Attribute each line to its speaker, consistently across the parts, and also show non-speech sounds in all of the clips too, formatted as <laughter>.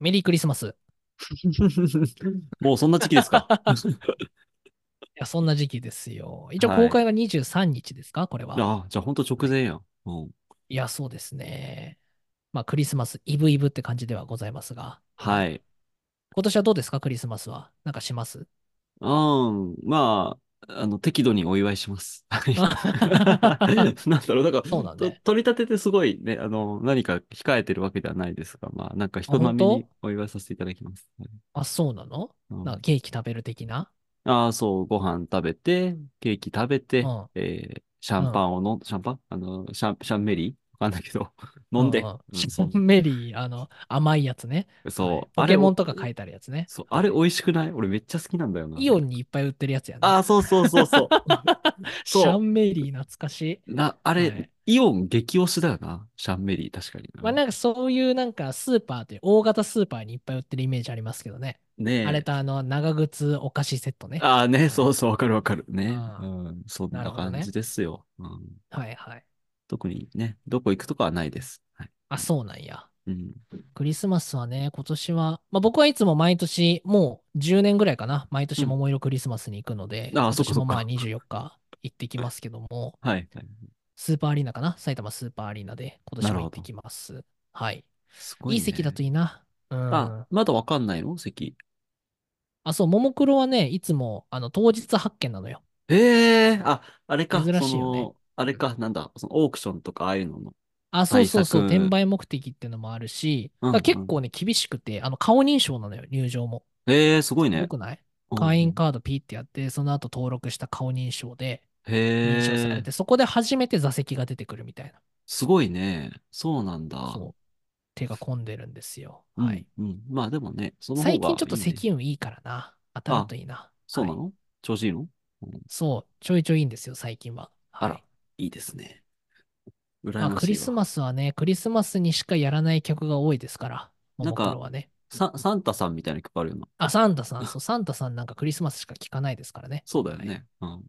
Speaker 1: メリークリスマス。い
Speaker 2: <laughs> もうそんな時期で
Speaker 1: <laughs>
Speaker 2: すか
Speaker 1: や、そんな時期ですよ。一応
Speaker 2: はい
Speaker 1: 公開が23日ですか、これは。
Speaker 2: あ、じゃあほんと直前やん。うん。
Speaker 1: いや、そうですね。まあ、クリスマスイブイブって感じではございますが。
Speaker 2: はい。
Speaker 1: 今年はどうですか、クリスマスは。なんかします
Speaker 2: うん。まあ、あの、適度にお祝い
Speaker 1: <laughs>
Speaker 2: します。はい
Speaker 1: あ
Speaker 2: なんだろう、なんか、
Speaker 1: そうなん
Speaker 2: と
Speaker 1: で。
Speaker 2: 取り立ててすごいね、あの、何か控えてるわけではないですが、まあ、なんか人並み
Speaker 1: あ
Speaker 2: に
Speaker 1: 本
Speaker 2: お祝いさせていただきます。はい
Speaker 1: あ、そうなの
Speaker 2: うん
Speaker 1: なんかケーキ食べる的な
Speaker 2: ああ、そう、ご飯食べて、ケーキ食べて
Speaker 1: うん、
Speaker 2: えーシャンパンを飲ん、シャンパンあの、シャン、シャンメリーわかんないけど、飲んで、
Speaker 1: うう
Speaker 2: うん
Speaker 1: シ
Speaker 2: そう
Speaker 1: ャンメリー、あの、甘いやつね。
Speaker 2: <laughs> そう
Speaker 1: はい
Speaker 2: あ
Speaker 1: ポ
Speaker 2: れ
Speaker 1: ケ
Speaker 2: を
Speaker 1: モンとか書いてあるやつね。
Speaker 2: そう、あれ美味しくない俺めっちゃ好きなんだよな。
Speaker 1: イオンにいっぱい売ってるやつや
Speaker 2: あ
Speaker 1: な。
Speaker 2: あ、そうそうそうそう。
Speaker 1: シ
Speaker 2: そう
Speaker 1: ャンメリー懐かしい。
Speaker 2: <laughs> な、あれ、
Speaker 1: はい
Speaker 2: イオン激推しだよな、シャンメリー、確かにな。
Speaker 1: まあなんかそういうなんかスーパーって大型スーパーにいっぱい売ってるイメージありますけどね。
Speaker 2: ねえ。
Speaker 1: あれとあの長靴お菓子セットね。
Speaker 2: ああね、そうそう、わかるわかる。ね。
Speaker 1: う
Speaker 2: うん、そん
Speaker 1: な
Speaker 2: な
Speaker 1: るほどね
Speaker 2: 感じですよ。うん、
Speaker 1: はいはい。
Speaker 2: 特にね、どこ行くとかはないです。はい。
Speaker 1: あ、そうなんや。
Speaker 2: うん。
Speaker 1: クリスマスはね、今年は、まあ僕はいつも毎年、もう10年ぐらいかな、毎年
Speaker 2: うん
Speaker 1: 桃色クリスマスに行くので、
Speaker 2: あ
Speaker 1: 今
Speaker 2: そっか
Speaker 1: 年
Speaker 2: そっ
Speaker 1: も
Speaker 2: か
Speaker 1: まあ24日行ってきますけども、
Speaker 2: はい。はい
Speaker 1: スーパーアリーナかな、埼玉スーパーアリーナで今年
Speaker 2: な
Speaker 1: も
Speaker 2: る
Speaker 1: 行
Speaker 2: ほど
Speaker 1: ってきます。はい。
Speaker 2: すご
Speaker 1: い
Speaker 2: い
Speaker 1: い席だと
Speaker 2: ね。
Speaker 1: いいな。うん。
Speaker 2: あ
Speaker 1: あ、
Speaker 2: まだわかんないの席。
Speaker 1: そう、ももクロはね、いつもあの当日発見なのよ。
Speaker 2: ええあ、あれか、
Speaker 1: 珍
Speaker 2: そ
Speaker 1: しいよね
Speaker 2: の、あれか、なんだ、そのオークションとかああいうのの。
Speaker 1: あ、そうそうそう、
Speaker 2: 対策
Speaker 1: 転売目的ってのもあるし、
Speaker 2: うん
Speaker 1: だから結構ね、厳しくて、あの顔認証なのよ、入場も。
Speaker 2: ええすごい
Speaker 1: す
Speaker 2: ね
Speaker 1: ご。くない
Speaker 2: うん
Speaker 1: 会員カードピーってやって、その後登録した顔認証で認証さ
Speaker 2: へ
Speaker 1: れ
Speaker 2: え
Speaker 1: て、そこで初めて座席が出てくるみたい
Speaker 2: すごいね。そうなんだ。
Speaker 1: な。そう。手が込んでるんですよ。
Speaker 2: うん
Speaker 1: はい。
Speaker 2: うん。まあでもね、その方
Speaker 1: 最近
Speaker 2: が
Speaker 1: ちょっと
Speaker 2: いいね
Speaker 1: 咳運いいからな。当たるといいな。
Speaker 2: そうな
Speaker 1: はい
Speaker 2: の調子いいの
Speaker 1: そう。ちょいちょいいいんですよ、最近は。
Speaker 2: あら
Speaker 1: はい
Speaker 2: いいですね。羨
Speaker 1: まあ
Speaker 2: ま
Speaker 1: ク
Speaker 2: しい
Speaker 1: リ
Speaker 2: わ
Speaker 1: スマスはね、クリスマスにしかやらない曲が多いですから、も
Speaker 2: なん
Speaker 1: も
Speaker 2: か
Speaker 1: クロはね。
Speaker 2: ササンタさんみたいな曲あるよな。
Speaker 1: あ、サンタさん、そう、サンタさんなんかクリスマスしか聴かないですからね。
Speaker 2: そうだよ
Speaker 1: はい。
Speaker 2: ね。うん。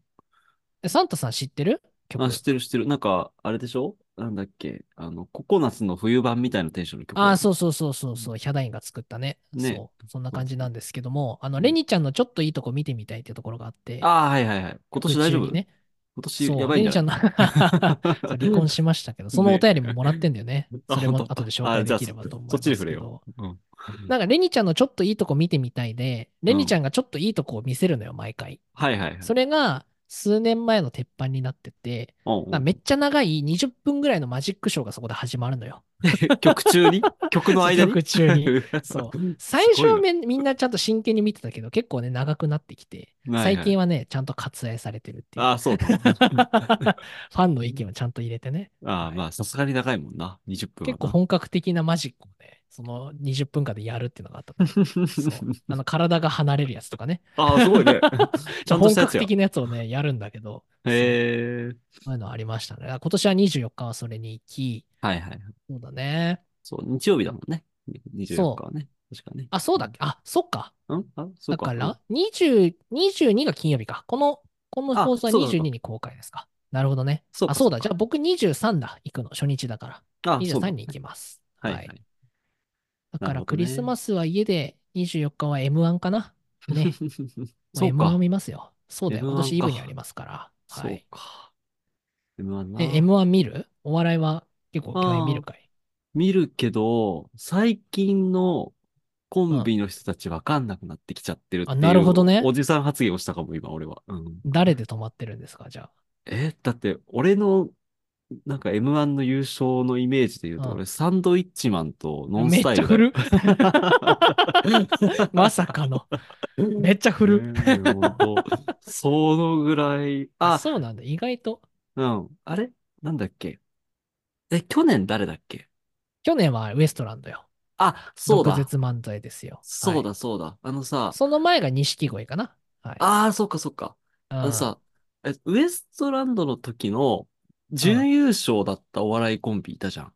Speaker 1: えサンタさん知ってる曲
Speaker 2: あ、知ってる知ってる。なんか、あれでしょなんだっけあの、ココナツの冬版みたいなテンションの曲。
Speaker 1: ああ、そうそうそうそうそう、ヒャダインが作ったね。
Speaker 2: ね
Speaker 1: そう、そんな感じなんですけども、あの、レニちゃんのちょっといいとこ見てみたいっていうところがあって、
Speaker 2: あーはいはいはい。今年大丈
Speaker 1: 空中
Speaker 2: 夫
Speaker 1: にね。
Speaker 2: 今年
Speaker 1: そ
Speaker 2: や
Speaker 1: う、
Speaker 2: ばい
Speaker 1: レ
Speaker 2: ん
Speaker 1: ニ
Speaker 2: じ
Speaker 1: ちゃ
Speaker 2: ゃ <laughs>
Speaker 1: んの
Speaker 2: ない
Speaker 1: 離
Speaker 2: <laughs>
Speaker 1: 婚しましたけど、そのお
Speaker 2: ね
Speaker 1: 便りももらってんだよね。
Speaker 2: <laughs> あ
Speaker 1: それも
Speaker 2: 本当
Speaker 1: 後で紹
Speaker 2: あ
Speaker 1: 介
Speaker 2: じ
Speaker 1: で
Speaker 2: ゃあ
Speaker 1: きればと思います
Speaker 2: そっちで触
Speaker 1: け
Speaker 2: れ
Speaker 1: ど
Speaker 2: よ。うん。
Speaker 1: なんか、レニちゃんのちょっといいとこ見てみたいで、レニちゃんがちょっといいとこを見せるのよ、毎回。
Speaker 2: はいはいはい。
Speaker 1: それが、数年前の鉄板になってて、
Speaker 2: うんうん
Speaker 1: なんかめっちゃ長い20分ぐらいのマジックショーがそこで始まるのよ。
Speaker 2: <laughs> 曲中に曲の間に
Speaker 1: 曲中
Speaker 2: <laughs>
Speaker 1: にそう最初は
Speaker 2: すごい
Speaker 1: めんみんなちゃんと真剣に見てたけど、結構ね、長くなってきて、
Speaker 2: はいはい
Speaker 1: 最近はね、ちゃんと割愛されてるっていう。 <laughs>
Speaker 2: ああ、そうだ。
Speaker 1: ファンの意見をちゃんと入れてね、
Speaker 2: ああ、まあ、さすがに長いもんな。20分
Speaker 1: 結
Speaker 2: は
Speaker 1: 構
Speaker 2: な。
Speaker 1: 本格的なマジックをね、その20分間でやるっていうのがあ
Speaker 2: <laughs>
Speaker 1: った。そうあの体が離れるやつとかね、
Speaker 2: <laughs> ああ、す
Speaker 1: <laughs>
Speaker 2: ごいね。ちゃんと
Speaker 1: 本
Speaker 2: したやつ
Speaker 1: 格
Speaker 2: や。
Speaker 1: 的なやつをね、やるんだけど、そ
Speaker 2: へえ。
Speaker 1: うそういうのありましたね。今年は24日はそれに行き、
Speaker 2: はいはい。
Speaker 1: そうだね。
Speaker 2: そう、日曜日だもんね。24日はね。確かね。
Speaker 1: あ、そうだっけあ、そっか。
Speaker 2: うんあ、そ
Speaker 1: だ
Speaker 2: うか。
Speaker 1: から、20 22が金曜日か。この、この
Speaker 2: あ
Speaker 1: 放送は
Speaker 2: そうだそう
Speaker 1: 22
Speaker 2: だ
Speaker 1: に公開ですか。なるほどね。
Speaker 2: そうか
Speaker 1: あ、そうだ。
Speaker 2: そ
Speaker 1: じ
Speaker 2: う
Speaker 1: ゃあ僕23だ。行くの。初日だか
Speaker 2: あ
Speaker 1: ら。
Speaker 2: そ
Speaker 1: 23
Speaker 2: うだ
Speaker 1: に行きます。
Speaker 2: はいは
Speaker 1: <laughs>
Speaker 2: い。
Speaker 1: だ
Speaker 2: <laughs>
Speaker 1: か
Speaker 2: なる
Speaker 1: ら
Speaker 2: ほどね
Speaker 1: クリスマスは家で、24日は M1 か
Speaker 2: <laughs>
Speaker 1: な。ね。まあ
Speaker 2: そう
Speaker 1: M1
Speaker 2: か
Speaker 1: を。見ますよ。そうだよ。
Speaker 2: M1
Speaker 1: 今年イブに
Speaker 2: か
Speaker 1: ありますから。は
Speaker 2: そう
Speaker 1: い。
Speaker 2: か。M1 な。
Speaker 1: え、M1 見るお笑いは結構興味見るかい
Speaker 2: 見るけど、最近のコンビの人たちわかんなくなってきちゃってるっていう。
Speaker 1: あなるほどね
Speaker 2: おじさん発言をしたかも、今、俺は。うん、
Speaker 1: 誰で止まってるんですかじゃあ。
Speaker 2: え、だって、俺の、なんか M1 の優勝のイメージで言うと、
Speaker 1: うん
Speaker 2: 俺、サンドイッチマンとノン
Speaker 1: めっ
Speaker 2: ス
Speaker 1: ち
Speaker 2: タイ
Speaker 1: ゃ
Speaker 2: ルだよ。
Speaker 1: 古っ。
Speaker 2: <laughs>
Speaker 1: <laughs> まさかの。めっちゃ古っ。
Speaker 2: ねえほんとそのぐらい。
Speaker 1: あ、
Speaker 2: あ、
Speaker 1: そうなんだ。意外と。
Speaker 2: うん。あれなんだっけえ、去年誰だっけ
Speaker 1: 去年はウエストランドよ。
Speaker 2: あ、そうだ
Speaker 1: 毒。舌漫才ですよ。
Speaker 2: そう
Speaker 1: は
Speaker 2: だ、そうだ。あのさ
Speaker 1: い。、その前が錦鯉かな。はい。
Speaker 2: ああ、そっかそっか。
Speaker 1: う
Speaker 2: あ
Speaker 1: ん
Speaker 2: のさ、えウエストランドの時の準優勝だったお笑いコンビいたじゃん。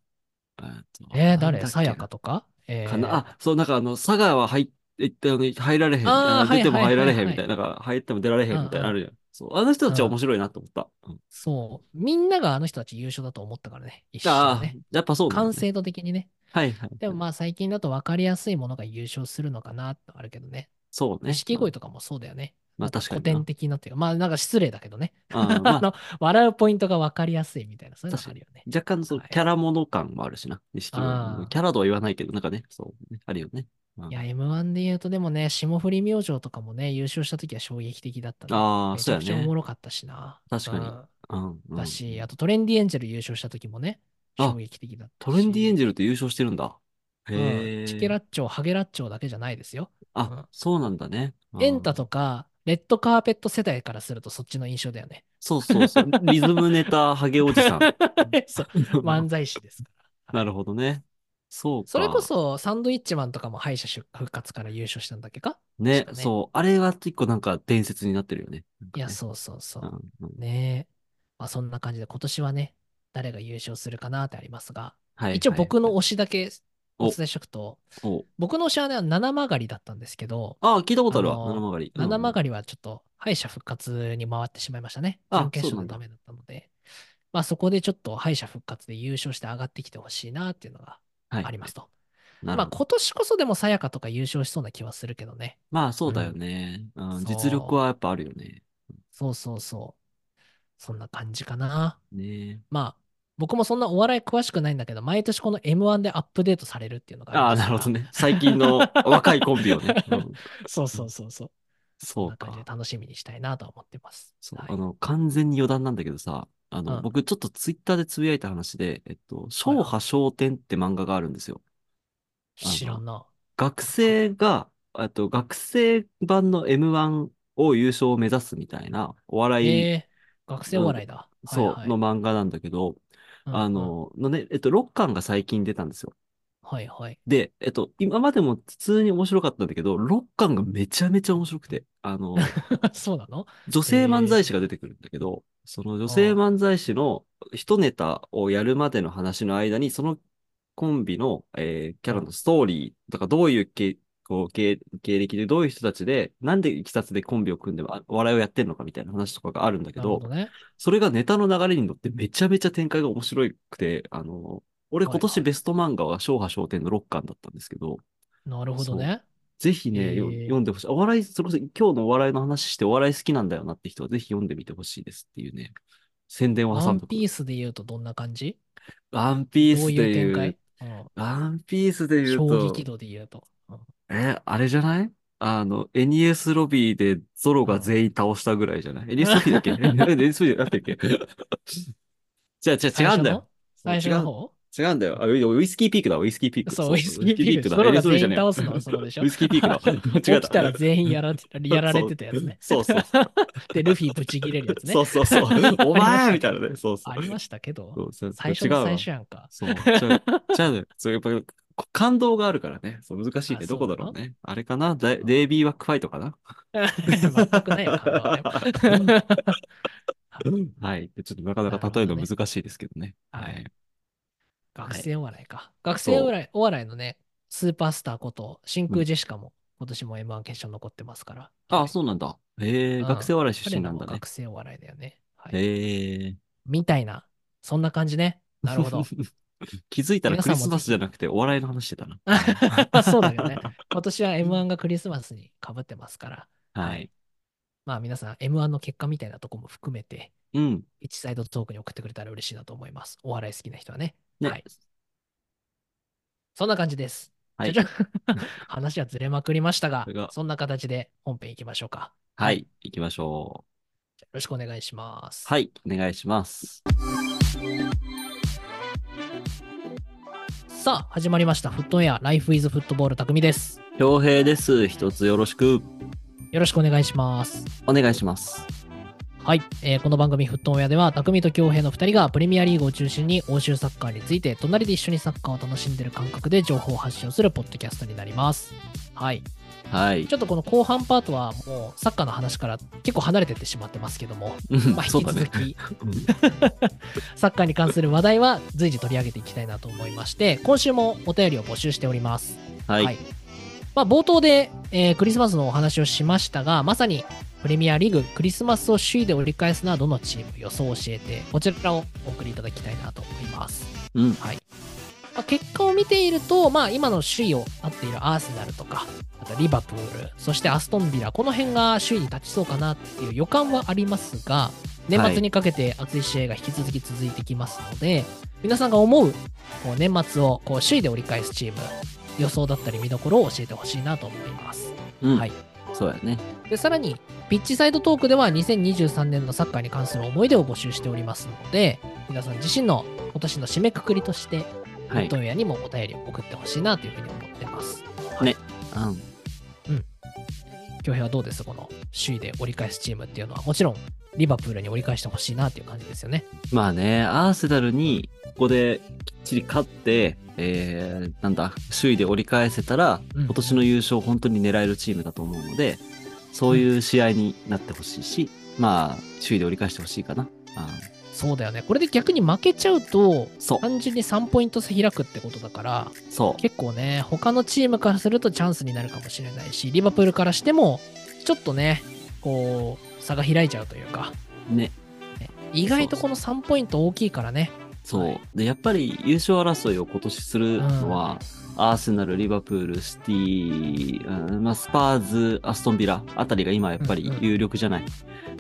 Speaker 1: え
Speaker 2: ー
Speaker 1: ー、誰さやかとかえー
Speaker 2: かな。あ、そう、なんかあの、佐賀は入っ行ったのに入られへん。
Speaker 1: あー
Speaker 2: あの
Speaker 1: はい
Speaker 2: 出ても
Speaker 1: はい
Speaker 2: 入られへ
Speaker 1: はい
Speaker 2: ん
Speaker 1: はい
Speaker 2: みたいな。なんか入っても出られへんみたいなのあ
Speaker 1: うん
Speaker 2: るじゃん。そう、あの人たちは面白いなと思った。うん
Speaker 1: そう。みんながあの人たち優勝だと思ったからね。一緒
Speaker 2: あ
Speaker 1: ね
Speaker 2: あ、。やっぱそうなんだ
Speaker 1: 完
Speaker 2: ね。
Speaker 1: 成度的にね。
Speaker 2: はいはい。
Speaker 1: でもまあ最近だと分かりやすいものが優勝するのかなとあるけどね。
Speaker 2: そうね。
Speaker 1: 錦鯉とかもそうだよね。
Speaker 2: ま
Speaker 1: な
Speaker 2: あ
Speaker 1: ん
Speaker 2: 確かに
Speaker 1: 古
Speaker 2: な
Speaker 1: 典的なというか、まあなんか失礼だけどね。
Speaker 2: あーま
Speaker 1: <laughs> あ
Speaker 2: あ
Speaker 1: の、笑うポイントが分かりやすいみたいな、そういうの
Speaker 2: 確
Speaker 1: あ
Speaker 2: か
Speaker 1: るよね。
Speaker 2: 若干そう
Speaker 1: はい
Speaker 2: キャラもの感もあるしな。錦
Speaker 1: あー
Speaker 2: 鯉。キャラとは言わないけど、なんかね、そうね、あるよね。うん
Speaker 1: いや、M1 で言うとでもね、霜降り明星とかもね、優勝した時は衝撃的だったね
Speaker 2: ああ、
Speaker 1: め
Speaker 2: そ
Speaker 1: ち
Speaker 2: う
Speaker 1: ゃ
Speaker 2: や
Speaker 1: くちゃお
Speaker 2: ね
Speaker 1: も。ろかったしな。
Speaker 2: 確かに
Speaker 1: うん
Speaker 2: うんうん
Speaker 1: だし、あとトレンディエンジェル優勝した時もね、
Speaker 2: あ
Speaker 1: 衝撃的だった
Speaker 2: トレンディエン
Speaker 1: ジ
Speaker 2: ジェルって優勝してるんだ。へ
Speaker 1: う
Speaker 2: え。
Speaker 1: ん、チケラッチョウ、ハゲラッチョウだけじゃないですよ。うん
Speaker 2: あ、そうなんだね。うん
Speaker 1: エンタとか、レッドカーペット世代からするとそっちの印象だよね。
Speaker 2: そうそうそう。リズムネタ、ハゲおじさん。
Speaker 1: <laughs> そう漫才師です
Speaker 2: <laughs>
Speaker 1: から。
Speaker 2: なるほどね。そうか。
Speaker 1: それこそ、サンドイッチマンとかも敗者復活から優勝したんだっけか
Speaker 2: ね
Speaker 1: 確かね
Speaker 2: そう。あれは一個なんか伝説になってるよね。なん
Speaker 1: い
Speaker 2: かね
Speaker 1: や、そうそうそうう。
Speaker 2: んうん
Speaker 1: ねえ。まあ、そんな感じで、今年はね、誰が優勝するかなってありますが、
Speaker 2: はい
Speaker 1: 一応
Speaker 2: はい
Speaker 1: 僕の推しだけお
Speaker 2: お
Speaker 1: 伝えしとくと、
Speaker 2: お
Speaker 1: 僕の推しはね、七曲りだったんですけど、
Speaker 2: あ、聞いたことあるわ。
Speaker 1: あの
Speaker 2: 七曲り。
Speaker 1: 七曲
Speaker 2: り。
Speaker 1: りはちょっと敗者復活に回ってしまいましたね。
Speaker 2: あ
Speaker 1: 準決勝
Speaker 2: そ
Speaker 1: の
Speaker 2: うなんだ
Speaker 1: ためだったので、まあそこでちょっと敗者復活で優勝して上がってきてほしいなっていうのが
Speaker 2: はい。
Speaker 1: ありますと。
Speaker 2: なる
Speaker 1: まあ
Speaker 2: ほど
Speaker 1: 今年こそでもさやかとか優勝しそうな気はするけどね。
Speaker 2: まあ、そうだよね。うん
Speaker 1: そう
Speaker 2: 実力はやっぱあるよね。
Speaker 1: そうそうそう。そんな感じかな。
Speaker 2: ね
Speaker 1: まあ僕もそんなお笑い詳しくないんだけど、毎年この M1 でアップデートされるっていうのが
Speaker 2: ああ、
Speaker 1: りま
Speaker 2: な
Speaker 1: すから
Speaker 2: るほど。ね。最
Speaker 1: <laughs>
Speaker 2: 近の若いコンビをね。うん
Speaker 1: そうそうそうそう。
Speaker 2: そ
Speaker 1: こん
Speaker 2: う
Speaker 1: な感じ
Speaker 2: か
Speaker 1: で。楽しみにしたいなとは思ってます。
Speaker 2: そう、
Speaker 1: はい
Speaker 2: あの、完全に余談なんだけどさ、あの、
Speaker 1: うん
Speaker 2: 僕ちょっとツイッターでつぶやいた話で、えっと、
Speaker 1: い
Speaker 2: 小波小天って漫画があるんですよ。あの
Speaker 1: 知らんな。
Speaker 2: 学生が、えっと、学生版の M1 を優勝を目指すみたいな、お笑い、
Speaker 1: ええ学生お笑いだ。
Speaker 2: そう、
Speaker 1: はいはい
Speaker 2: の漫画なんだけど、
Speaker 1: うん
Speaker 2: あの、のね、えっと、6巻が最近出たんですよ。
Speaker 1: うんはいはい。
Speaker 2: で、えっと、今までも普通に面白かったんだけど、6巻がめちゃめちゃ面白くて、あの、
Speaker 1: <laughs> そうなの
Speaker 2: 女性漫才師が出てくるんだけど、その女性漫才師の一ネタをやるまでの話の間に、そのコンビの、えーキャラのストーリーとか、どういうけこう経経歴で、どういう人たちで、なんでいきさつでコンビを組んでもあお笑いをやってんのかみたいな話とかがあるんだけ
Speaker 1: なる
Speaker 2: ど、
Speaker 1: ほどね。
Speaker 2: それがネタの流れに乗ってめちゃめちゃ展開が面白くて、あの、俺
Speaker 1: はい
Speaker 2: 今年
Speaker 1: はい
Speaker 2: ベスト漫画は昭和商店の6巻だったんですけど、
Speaker 1: なるほどね。
Speaker 2: ぜひね、よ
Speaker 1: えー
Speaker 2: 読んでほしい。お笑い、それこそ今日のお笑いの話してお笑い好きなんだよなって人はぜひ読んでみてほしいですっていうね、宣伝を
Speaker 1: ワ
Speaker 2: 挟ん
Speaker 1: ン
Speaker 2: で
Speaker 1: ピー
Speaker 2: ス。
Speaker 1: スで言うとどんな感じ
Speaker 2: ワンピー
Speaker 1: ど
Speaker 2: ス
Speaker 1: う
Speaker 2: で
Speaker 1: いう
Speaker 2: 言
Speaker 1: 展
Speaker 2: う
Speaker 1: 開、
Speaker 2: ワンピースで
Speaker 1: うん
Speaker 2: 言う
Speaker 1: 衝
Speaker 2: と、
Speaker 1: 撃度で言うと。うん
Speaker 2: え、あれじゃないあの、エニエスロビーでゾロが全員倒したぐらいじゃない、エニエスロビ
Speaker 1: <laughs>
Speaker 2: ーだっけエニエスロビーだったっけ <laughs> じゃあ、じゃあ違うんだよ。
Speaker 1: 最初の最初の方
Speaker 2: 違うんだよ。あウイウイスキーピークだ、ウイスキーピーク。
Speaker 1: そう、ウイスキーピーク。
Speaker 2: だ
Speaker 1: ゾロ
Speaker 2: エニエ
Speaker 1: が
Speaker 2: スロビー
Speaker 1: 全
Speaker 2: じゃ
Speaker 1: 員
Speaker 2: ねえ
Speaker 1: 倒すのはそこでしょ
Speaker 2: ウイスキーピークだ。間 <laughs> 違
Speaker 1: <laughs> 起
Speaker 2: え
Speaker 1: きたら全員やられてやられてたやつね。
Speaker 2: そうそうそう
Speaker 1: <laughs> で、ルフィぶち切れるやつね
Speaker 2: そ。うそうそう。
Speaker 1: <laughs>
Speaker 2: お前みたいなね。そうそう。
Speaker 1: ありましたけど、
Speaker 2: そうそう
Speaker 1: 最初の
Speaker 2: 違う
Speaker 1: 最初や
Speaker 2: わ
Speaker 1: んか。
Speaker 2: そう。じゃあ、じゃあね、そうやっぱり感動があるからね。そう難しいね。
Speaker 1: あ
Speaker 2: どこだろ
Speaker 1: そう
Speaker 2: うね。あれかなデデイビーワックファイトかな <laughs>
Speaker 1: 全くないよ、感動はね
Speaker 2: はい。でちょっとなかなか例えるの難しいですけどね。
Speaker 1: なるほ
Speaker 2: は
Speaker 1: どね
Speaker 2: い。
Speaker 1: 学生お笑いか。学生お笑いお笑いのね、スーパースターこと、真空ジェシカも、今年も M1 決勝残ってますから。
Speaker 2: あ
Speaker 1: はい
Speaker 2: そうなんだ。へえ、
Speaker 1: うん
Speaker 2: 学生お笑い出
Speaker 1: 彼ら
Speaker 2: 身なん
Speaker 1: も
Speaker 2: だね
Speaker 1: 学。生お笑いだよね。はい。
Speaker 2: へえ。
Speaker 1: みたいな、そんな感じ
Speaker 2: <laughs>
Speaker 1: ね。なるほど。。
Speaker 2: 気づいたら
Speaker 1: 皆
Speaker 2: ク
Speaker 1: さん
Speaker 2: リ
Speaker 1: も
Speaker 2: スマスじゃなくてお笑いの話してたな。
Speaker 1: そうだよね。今年は M1 がクリスマスにかぶってますから。
Speaker 2: はい。
Speaker 1: まあ皆さん、M1 の結果みたいなとこも含めて、
Speaker 2: うん。
Speaker 1: 一サイドトークに送ってくれたら嬉しいなと思います。お笑い好きな人はね。
Speaker 2: ね
Speaker 1: はい。そんな感じです。
Speaker 2: はい
Speaker 1: じゃじゃ <laughs> 話はずれまくりま
Speaker 2: <laughs>
Speaker 1: したが
Speaker 2: それが、
Speaker 1: そんな形で本編いきましょうか。
Speaker 2: は
Speaker 1: よ
Speaker 2: い。行きましょう。
Speaker 1: ろしくお願いします。
Speaker 2: はい。お願いします。
Speaker 1: さあ、始まりました。フットウェア、ライフイズフットボール匠です。
Speaker 2: 恭平です。一つよろしく
Speaker 1: よろしくお願いします。
Speaker 2: お願いします。
Speaker 1: はい、えーこの番組フットオンエアでは匠と恭平の2人がプレミアリーグを中心に欧州サッカーについて隣で一緒にサッカーを楽しんでる感覚で情報を発信をするポッドキャストになります。はい、
Speaker 2: はい
Speaker 1: ち。ょっとこの後半パートはもうサッカーの話から結構離れてってしまってますけども、まあ、
Speaker 2: そ
Speaker 1: 引
Speaker 2: う
Speaker 1: き
Speaker 2: だ
Speaker 1: 続
Speaker 2: ね。
Speaker 1: き、サッカーに関する話題は随時取り上げていきたいなと思いまして今週もお便りを募集しております。
Speaker 2: はい。
Speaker 1: まあ、冒頭で、えークリスマスのお話をしましたが、まさにプレミアリーグ、クリスマスを首位で折り返すのはどのチーム予想を教えて、こちらをお送りいただきたいなと思います。
Speaker 2: うん。
Speaker 1: まあ、結果を見ていると、まあ、今の首位を合っているアーセナルとか、あとリバプール、そしてアストンビラ、この辺が首位に立ちそうかなっていう予感はありますが、年末にかけて熱い試合が引き続き続いてきますので、皆さんが思うこう年末をこう首位で折り返すチーム、予想だったり見どころを教えてほしいなと思います。
Speaker 2: うん、
Speaker 1: はい。
Speaker 2: そうやね。
Speaker 1: で、さらに、ピッチサイドトークでは2023年のサッカーに関する思い出を募集しておりますので、皆さん自身の今年の締めくくりとして、
Speaker 2: は
Speaker 1: ッ
Speaker 2: い
Speaker 1: ト。ウェアにもお便りを送ってほしいなというふうに思ってます。
Speaker 2: うん
Speaker 1: 京平はどうですこの首位で折り返すチームっていうのは、もちろんリバプールに折り返してほしいなっていう感じですよね。
Speaker 2: まあね、アーセナルに、ここできっちり勝って、えー、なんだ、首位で折り返せたら、
Speaker 1: うん
Speaker 2: 今年の優勝を本当に狙えるチームだと思うので、そういう試合になってほしいし、まあ、首位で折り返してほしいかな。あ
Speaker 1: そうだよね。これで逆に負けちゃうと、
Speaker 2: そう、
Speaker 1: 単純に3ポイント差開くってことだから、
Speaker 2: そう。
Speaker 1: 結構ね、他のチームからするとチャンスになるかもしれないし、リバプールからしても、ちょっとね、こう、差が開いちゃうというか、
Speaker 2: ね。
Speaker 1: ね意外とこの3ポイント大きいからね。は
Speaker 2: そう
Speaker 1: い。
Speaker 2: で、やっぱり優勝争いを今年するのは、アーセナル、リバプール、シティ、うんまあ、スパーズ、アストンビラあたりが今やっぱり
Speaker 1: うんうん
Speaker 2: 有力じゃない。
Speaker 1: う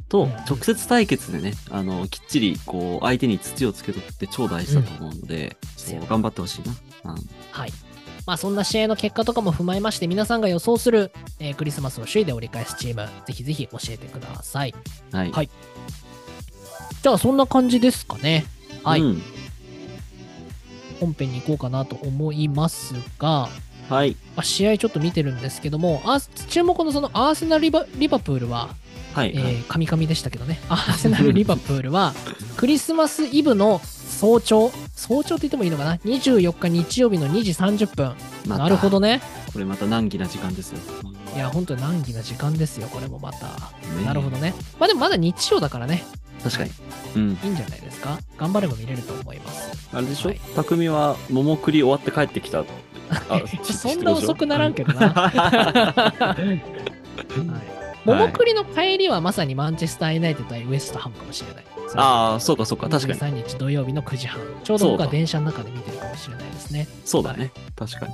Speaker 2: と
Speaker 1: んうん、
Speaker 2: 直接対決でね、あの、きっちり、こう、相手に土をつけとくって超大事だと思うので、そう頑張ってほしいな。うん
Speaker 1: はい。まあそんな試合の結果とかも踏まえまして、皆さんが予想する、えークリスマスを首位で折り返すチーム、ぜひぜひ教えてください。
Speaker 2: はい。
Speaker 1: はいじゃあそんな感じですかね。はい。
Speaker 2: うん
Speaker 1: 本編に行こうかなと思いますが、
Speaker 2: はい。
Speaker 1: まあ、試合ちょっと見てるんですけども、アース注目のそのアーセナルリバ・リバプールは、
Speaker 2: はい。
Speaker 1: え
Speaker 2: はい
Speaker 1: ー、神々でしたけどね、ア <laughs> ーセナル・リバプールは、クリスマスイブの早朝、早朝って言ってもいいのかな、24日日曜日の2時30分。
Speaker 2: また
Speaker 1: なるほどね。
Speaker 2: これまた難儀な時間ですよ。うん
Speaker 1: いや、本当に難儀な時間ですよ、これもまた。
Speaker 2: ね
Speaker 1: なるほどね。まあでもまだ日曜だからね、
Speaker 2: 確かに。うん。
Speaker 1: いいんじゃないですか。頑張れば見れると思います。
Speaker 2: あれでし
Speaker 1: は
Speaker 2: ょ
Speaker 1: い
Speaker 2: 匠は桃栗終わって帰ってきた。あ
Speaker 1: <laughs> そんな遅くならんけどな。はい、桃栗の帰りはまさにマンチェスター・ユナイテッド対ウエストハムかもしれない。
Speaker 2: <laughs> ああ、そうかそうか、確かに。
Speaker 1: 23日土曜日の9時半。ちょうど僕
Speaker 2: そう
Speaker 1: は
Speaker 2: だ
Speaker 1: 電車の中で見てるかもしれないですね。
Speaker 2: そうだね。確かに。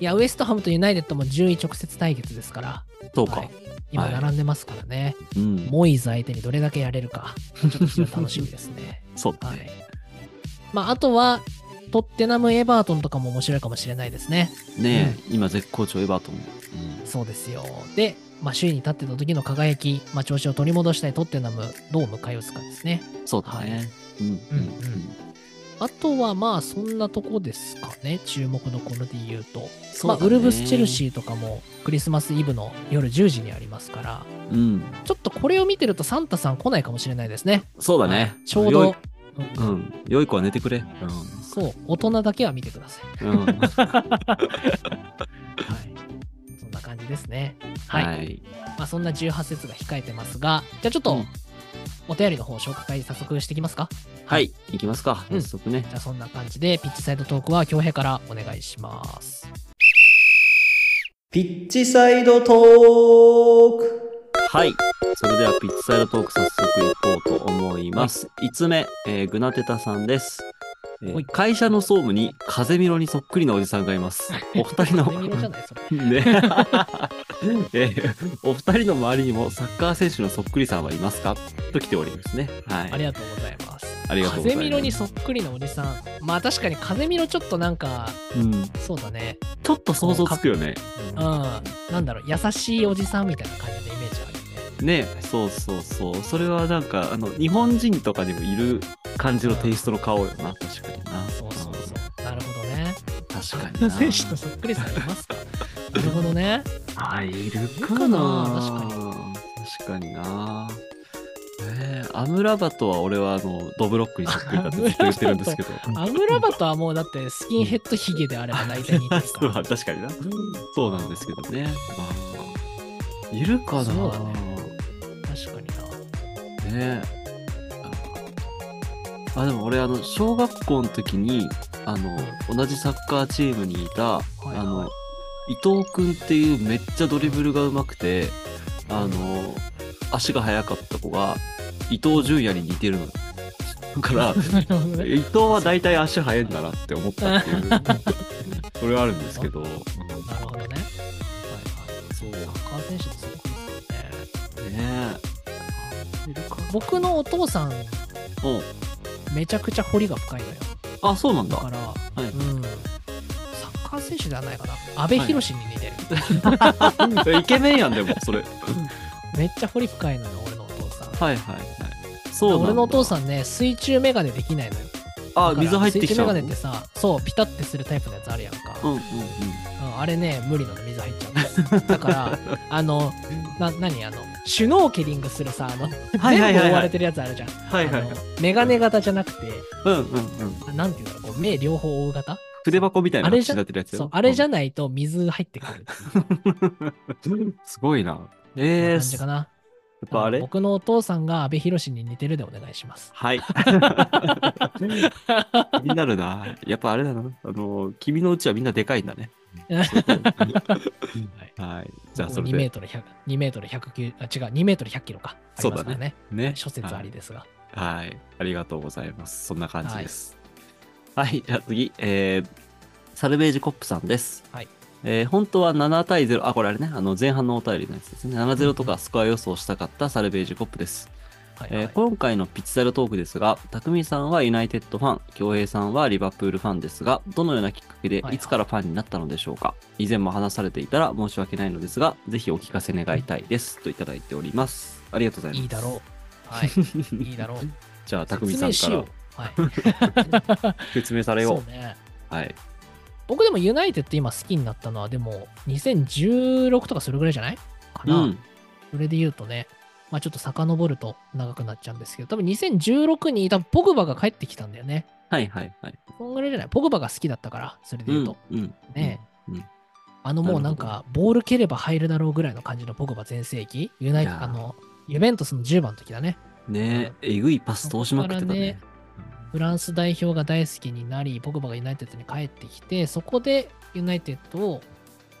Speaker 1: いや、ウエストハムとユナイテッドも順位直接対決ですから、
Speaker 2: そうか。
Speaker 1: はい今
Speaker 2: はい
Speaker 1: 並んでますからね。
Speaker 2: うん。
Speaker 1: モイズ相手にどれだけやれるか、ちょっと非常に楽しみです
Speaker 2: <laughs>
Speaker 1: ね。
Speaker 2: そうだ
Speaker 1: はい
Speaker 2: ね。。
Speaker 1: まあ、あとは、トッテナム・エバートンとかも面白いかもしれないですね。
Speaker 2: ねえ、今絶好調エバートン。うん
Speaker 1: そうですよ。で、まあ、首位に立ってた時の輝き、まあ、調子を取り戻したいトッテナム、どう迎え撃つかですね。
Speaker 2: そうだね。うん
Speaker 1: うんうんあとは、まあ、そんなとこですかね。注目のこので言うと。まあ、ウルブス・チェルシーとかも、クリスマスイブの夜10時にありますから、
Speaker 2: ー。うん。
Speaker 1: ちょっとこれを見てるとサンタさん来ないかもしれないですね。
Speaker 2: そうだね。
Speaker 1: ちょう
Speaker 2: よ
Speaker 1: ど
Speaker 2: い。、うん。良い子は寝てくれ。う
Speaker 1: そう、大人だ <laughs> けは見てください。
Speaker 2: ん。うん
Speaker 1: はい。そんな感じですね。はい。
Speaker 2: はい。
Speaker 1: まあ、そんな18節が控えてますが、じゃあちょっと、お便りの方紹介早速していきますか。
Speaker 2: はい。行きますか。
Speaker 1: うん
Speaker 2: 早速ね
Speaker 1: じ。ゃあそんな感じで、ピッチサイドトークは京平からお願いします。
Speaker 3: ピッチサイドトーク
Speaker 2: はい。それではピッチサイドトーク早速行こうと思います。5つ目、えーグナテタさんです。えー
Speaker 1: はい
Speaker 2: 会社の総務に風見ろにそっくりなおじさんが
Speaker 1: <laughs>
Speaker 2: います。お二人の
Speaker 1: 風見色じゃないそれ。
Speaker 2: <laughs> ね、えーお二人の周りにもサッカー選手のそっくりさんはいますかと来ておりますね。はい。
Speaker 1: ありがとうございます。
Speaker 2: ありがとうござい
Speaker 1: 風
Speaker 2: ます
Speaker 1: 見色にそっくりのおじさん。まあ確かに風見色ちょっとなんか、
Speaker 2: うん、
Speaker 1: そうだね。
Speaker 2: ちょっと想像つくよね。
Speaker 1: うん。なんだろう、優しいおじさんみたいな感じのイメージあるよね。
Speaker 2: ねそうそうそう。それはなんか、あの、日本人とかにもいる感じのテイストの顔よな。確かにな。
Speaker 1: そうそうそう。なるほどね。
Speaker 2: うん。確かにな。
Speaker 1: 選手とそっくりさんいますかなるほどね。
Speaker 2: あ、いる
Speaker 1: かな確
Speaker 2: 確かにな。えー、アムラバトは俺はあのドブロックにそっくりだってずっと言ってる
Speaker 1: <laughs>
Speaker 2: んですけど。
Speaker 1: アムラバトはもうだってスキンヘッドヒゲであれば大体似てるか
Speaker 2: そう
Speaker 1: ら。
Speaker 2: 確かにな。そうなんですけどね。まあ、いるかな
Speaker 1: そうだね
Speaker 2: ね
Speaker 1: 確かにな。
Speaker 2: ああ、でも俺、あの、小学校の時に、あの、同じサッカーチームにいた、
Speaker 1: いはい
Speaker 2: あの、伊藤くんっていうめっちゃドリブルが上手くて、あの、足が速かった子が、伊藤純也に似てるのよ。
Speaker 1: <laughs>
Speaker 2: から、
Speaker 1: なるほどね。
Speaker 2: 伊藤は大体足速いんだなって思ったっていう、 <laughs> それはあるんですけ
Speaker 1: <laughs>
Speaker 2: ど、
Speaker 1: なるほどね。はいはい。
Speaker 2: そうね
Speaker 1: サッカー選手ってすごいですね。
Speaker 2: え。いるか
Speaker 1: 僕のお父さん、
Speaker 2: お
Speaker 1: めちゃくちゃ掘りが深いのよ。
Speaker 2: あ、そうなんだ。
Speaker 1: だから、
Speaker 2: い
Speaker 1: うん。サッカー選手ではないかな。阿部寛に似てる。
Speaker 2: えイケメンやん、でも、それ。
Speaker 1: <laughs> めっちゃ掘り深いのよ、俺のお父さん。
Speaker 2: はいはいはい。そうなんだ。
Speaker 1: 俺のお父さ
Speaker 2: ん。
Speaker 1: んね、水中メガネできないのよ。
Speaker 2: あ
Speaker 1: だ、から
Speaker 2: 水入ってきちゃ
Speaker 1: 水中メ
Speaker 2: うの。
Speaker 1: ガネってさ、そう、ピタってするタイプのやつあるやんか。
Speaker 2: うんうんうん。
Speaker 1: うんあれね、無理なの、水入っちゃう。だ
Speaker 2: <laughs>
Speaker 1: から、あの、な、何あの、シュノーケリングするさ、あの、
Speaker 2: はいはい
Speaker 1: 全
Speaker 2: は
Speaker 1: 部
Speaker 2: い
Speaker 1: 覆わ
Speaker 2: は
Speaker 1: れ
Speaker 2: い。
Speaker 1: てるやつあるじゃん。
Speaker 2: はいはいはい
Speaker 1: あの。メガネ型じゃなくて、
Speaker 2: うんうんうん。
Speaker 1: なんていうんだろう、こう目両方覆う型
Speaker 2: 筆箱みたいな
Speaker 1: あれじ
Speaker 2: 形
Speaker 1: ゃ
Speaker 2: になってるやつよ
Speaker 1: そう、あれじゃ
Speaker 2: ん。
Speaker 1: ないと水入ってくる。
Speaker 2: すごいな。
Speaker 1: こん
Speaker 2: <laughs>
Speaker 1: な
Speaker 2: えー、
Speaker 1: 感じか
Speaker 2: やっ
Speaker 1: な。
Speaker 2: ぱあれ
Speaker 1: 僕のお父さんが安倍博に似てるでお願いします。 <laughs>
Speaker 2: はい。気になるな。やっぱあれだな。あの、君のうちはみんなでかいんだ
Speaker 1: <laughs>
Speaker 2: ね。 <laughs> はい。じゃあ、それ
Speaker 1: 2メー。
Speaker 2: で
Speaker 1: トル100、2メートル109、あ、違う、2メートル100キロか。ありますからね。
Speaker 2: ね。
Speaker 1: 諸説ありですが。
Speaker 2: はい。ありがとうございます。そんな感じです。はい。じゃあ次、えー、サルベージコップさんです。
Speaker 1: はい。
Speaker 2: えー本当は7対0、あ、これあれね、あの前半のお便りのやつですね。7-0とかスコア予想したかったサルベージコップです。
Speaker 1: はいは
Speaker 2: えー
Speaker 1: い。
Speaker 2: 今回のピッチサルトークですが、匠さんはユナイテッドファン、恭平さんはリバプールファンですが、どのようなきっかけで
Speaker 1: いはい
Speaker 2: いつからファンになったのでしょうか、以前も話されていたら申し訳ないのですが、ぜひお聞かせ願いたいです。といただいております。ありがとうございます。
Speaker 1: いいだろう。
Speaker 2: <laughs>
Speaker 1: はい。いいだろう。
Speaker 2: じゃあ、匠さん
Speaker 1: 説
Speaker 2: か
Speaker 1: 明し
Speaker 2: ら
Speaker 1: よう。はい。
Speaker 2: <laughs> 説明され
Speaker 1: そ
Speaker 2: よ
Speaker 1: うね。
Speaker 2: う。はい。
Speaker 1: 僕でもユナイテッド今好きになったのはでも2016とかそれぐらいじゃないかな、
Speaker 2: うん。
Speaker 1: それで言うとね、まあ、ちょっと遡ると長くなっちゃうんですけど多分2016に多分ポグバが帰ってきたんだよね
Speaker 2: はいはいはい。
Speaker 1: そんぐらいじゃないポグバが好きだったからそれで言うと、
Speaker 2: うんうん
Speaker 1: ね
Speaker 2: うん
Speaker 1: あのもうなんかボール蹴れば入るだろうぐらいの感じのポグバ全盛期ユナイ
Speaker 2: いやー
Speaker 1: あのユベントスの10番の時だね
Speaker 2: ねえ、えぐいパス通しまくってたね。
Speaker 1: フランス代表が大好きになり、ポグバがユナイテッドに帰ってきて、そこでユナイテッドを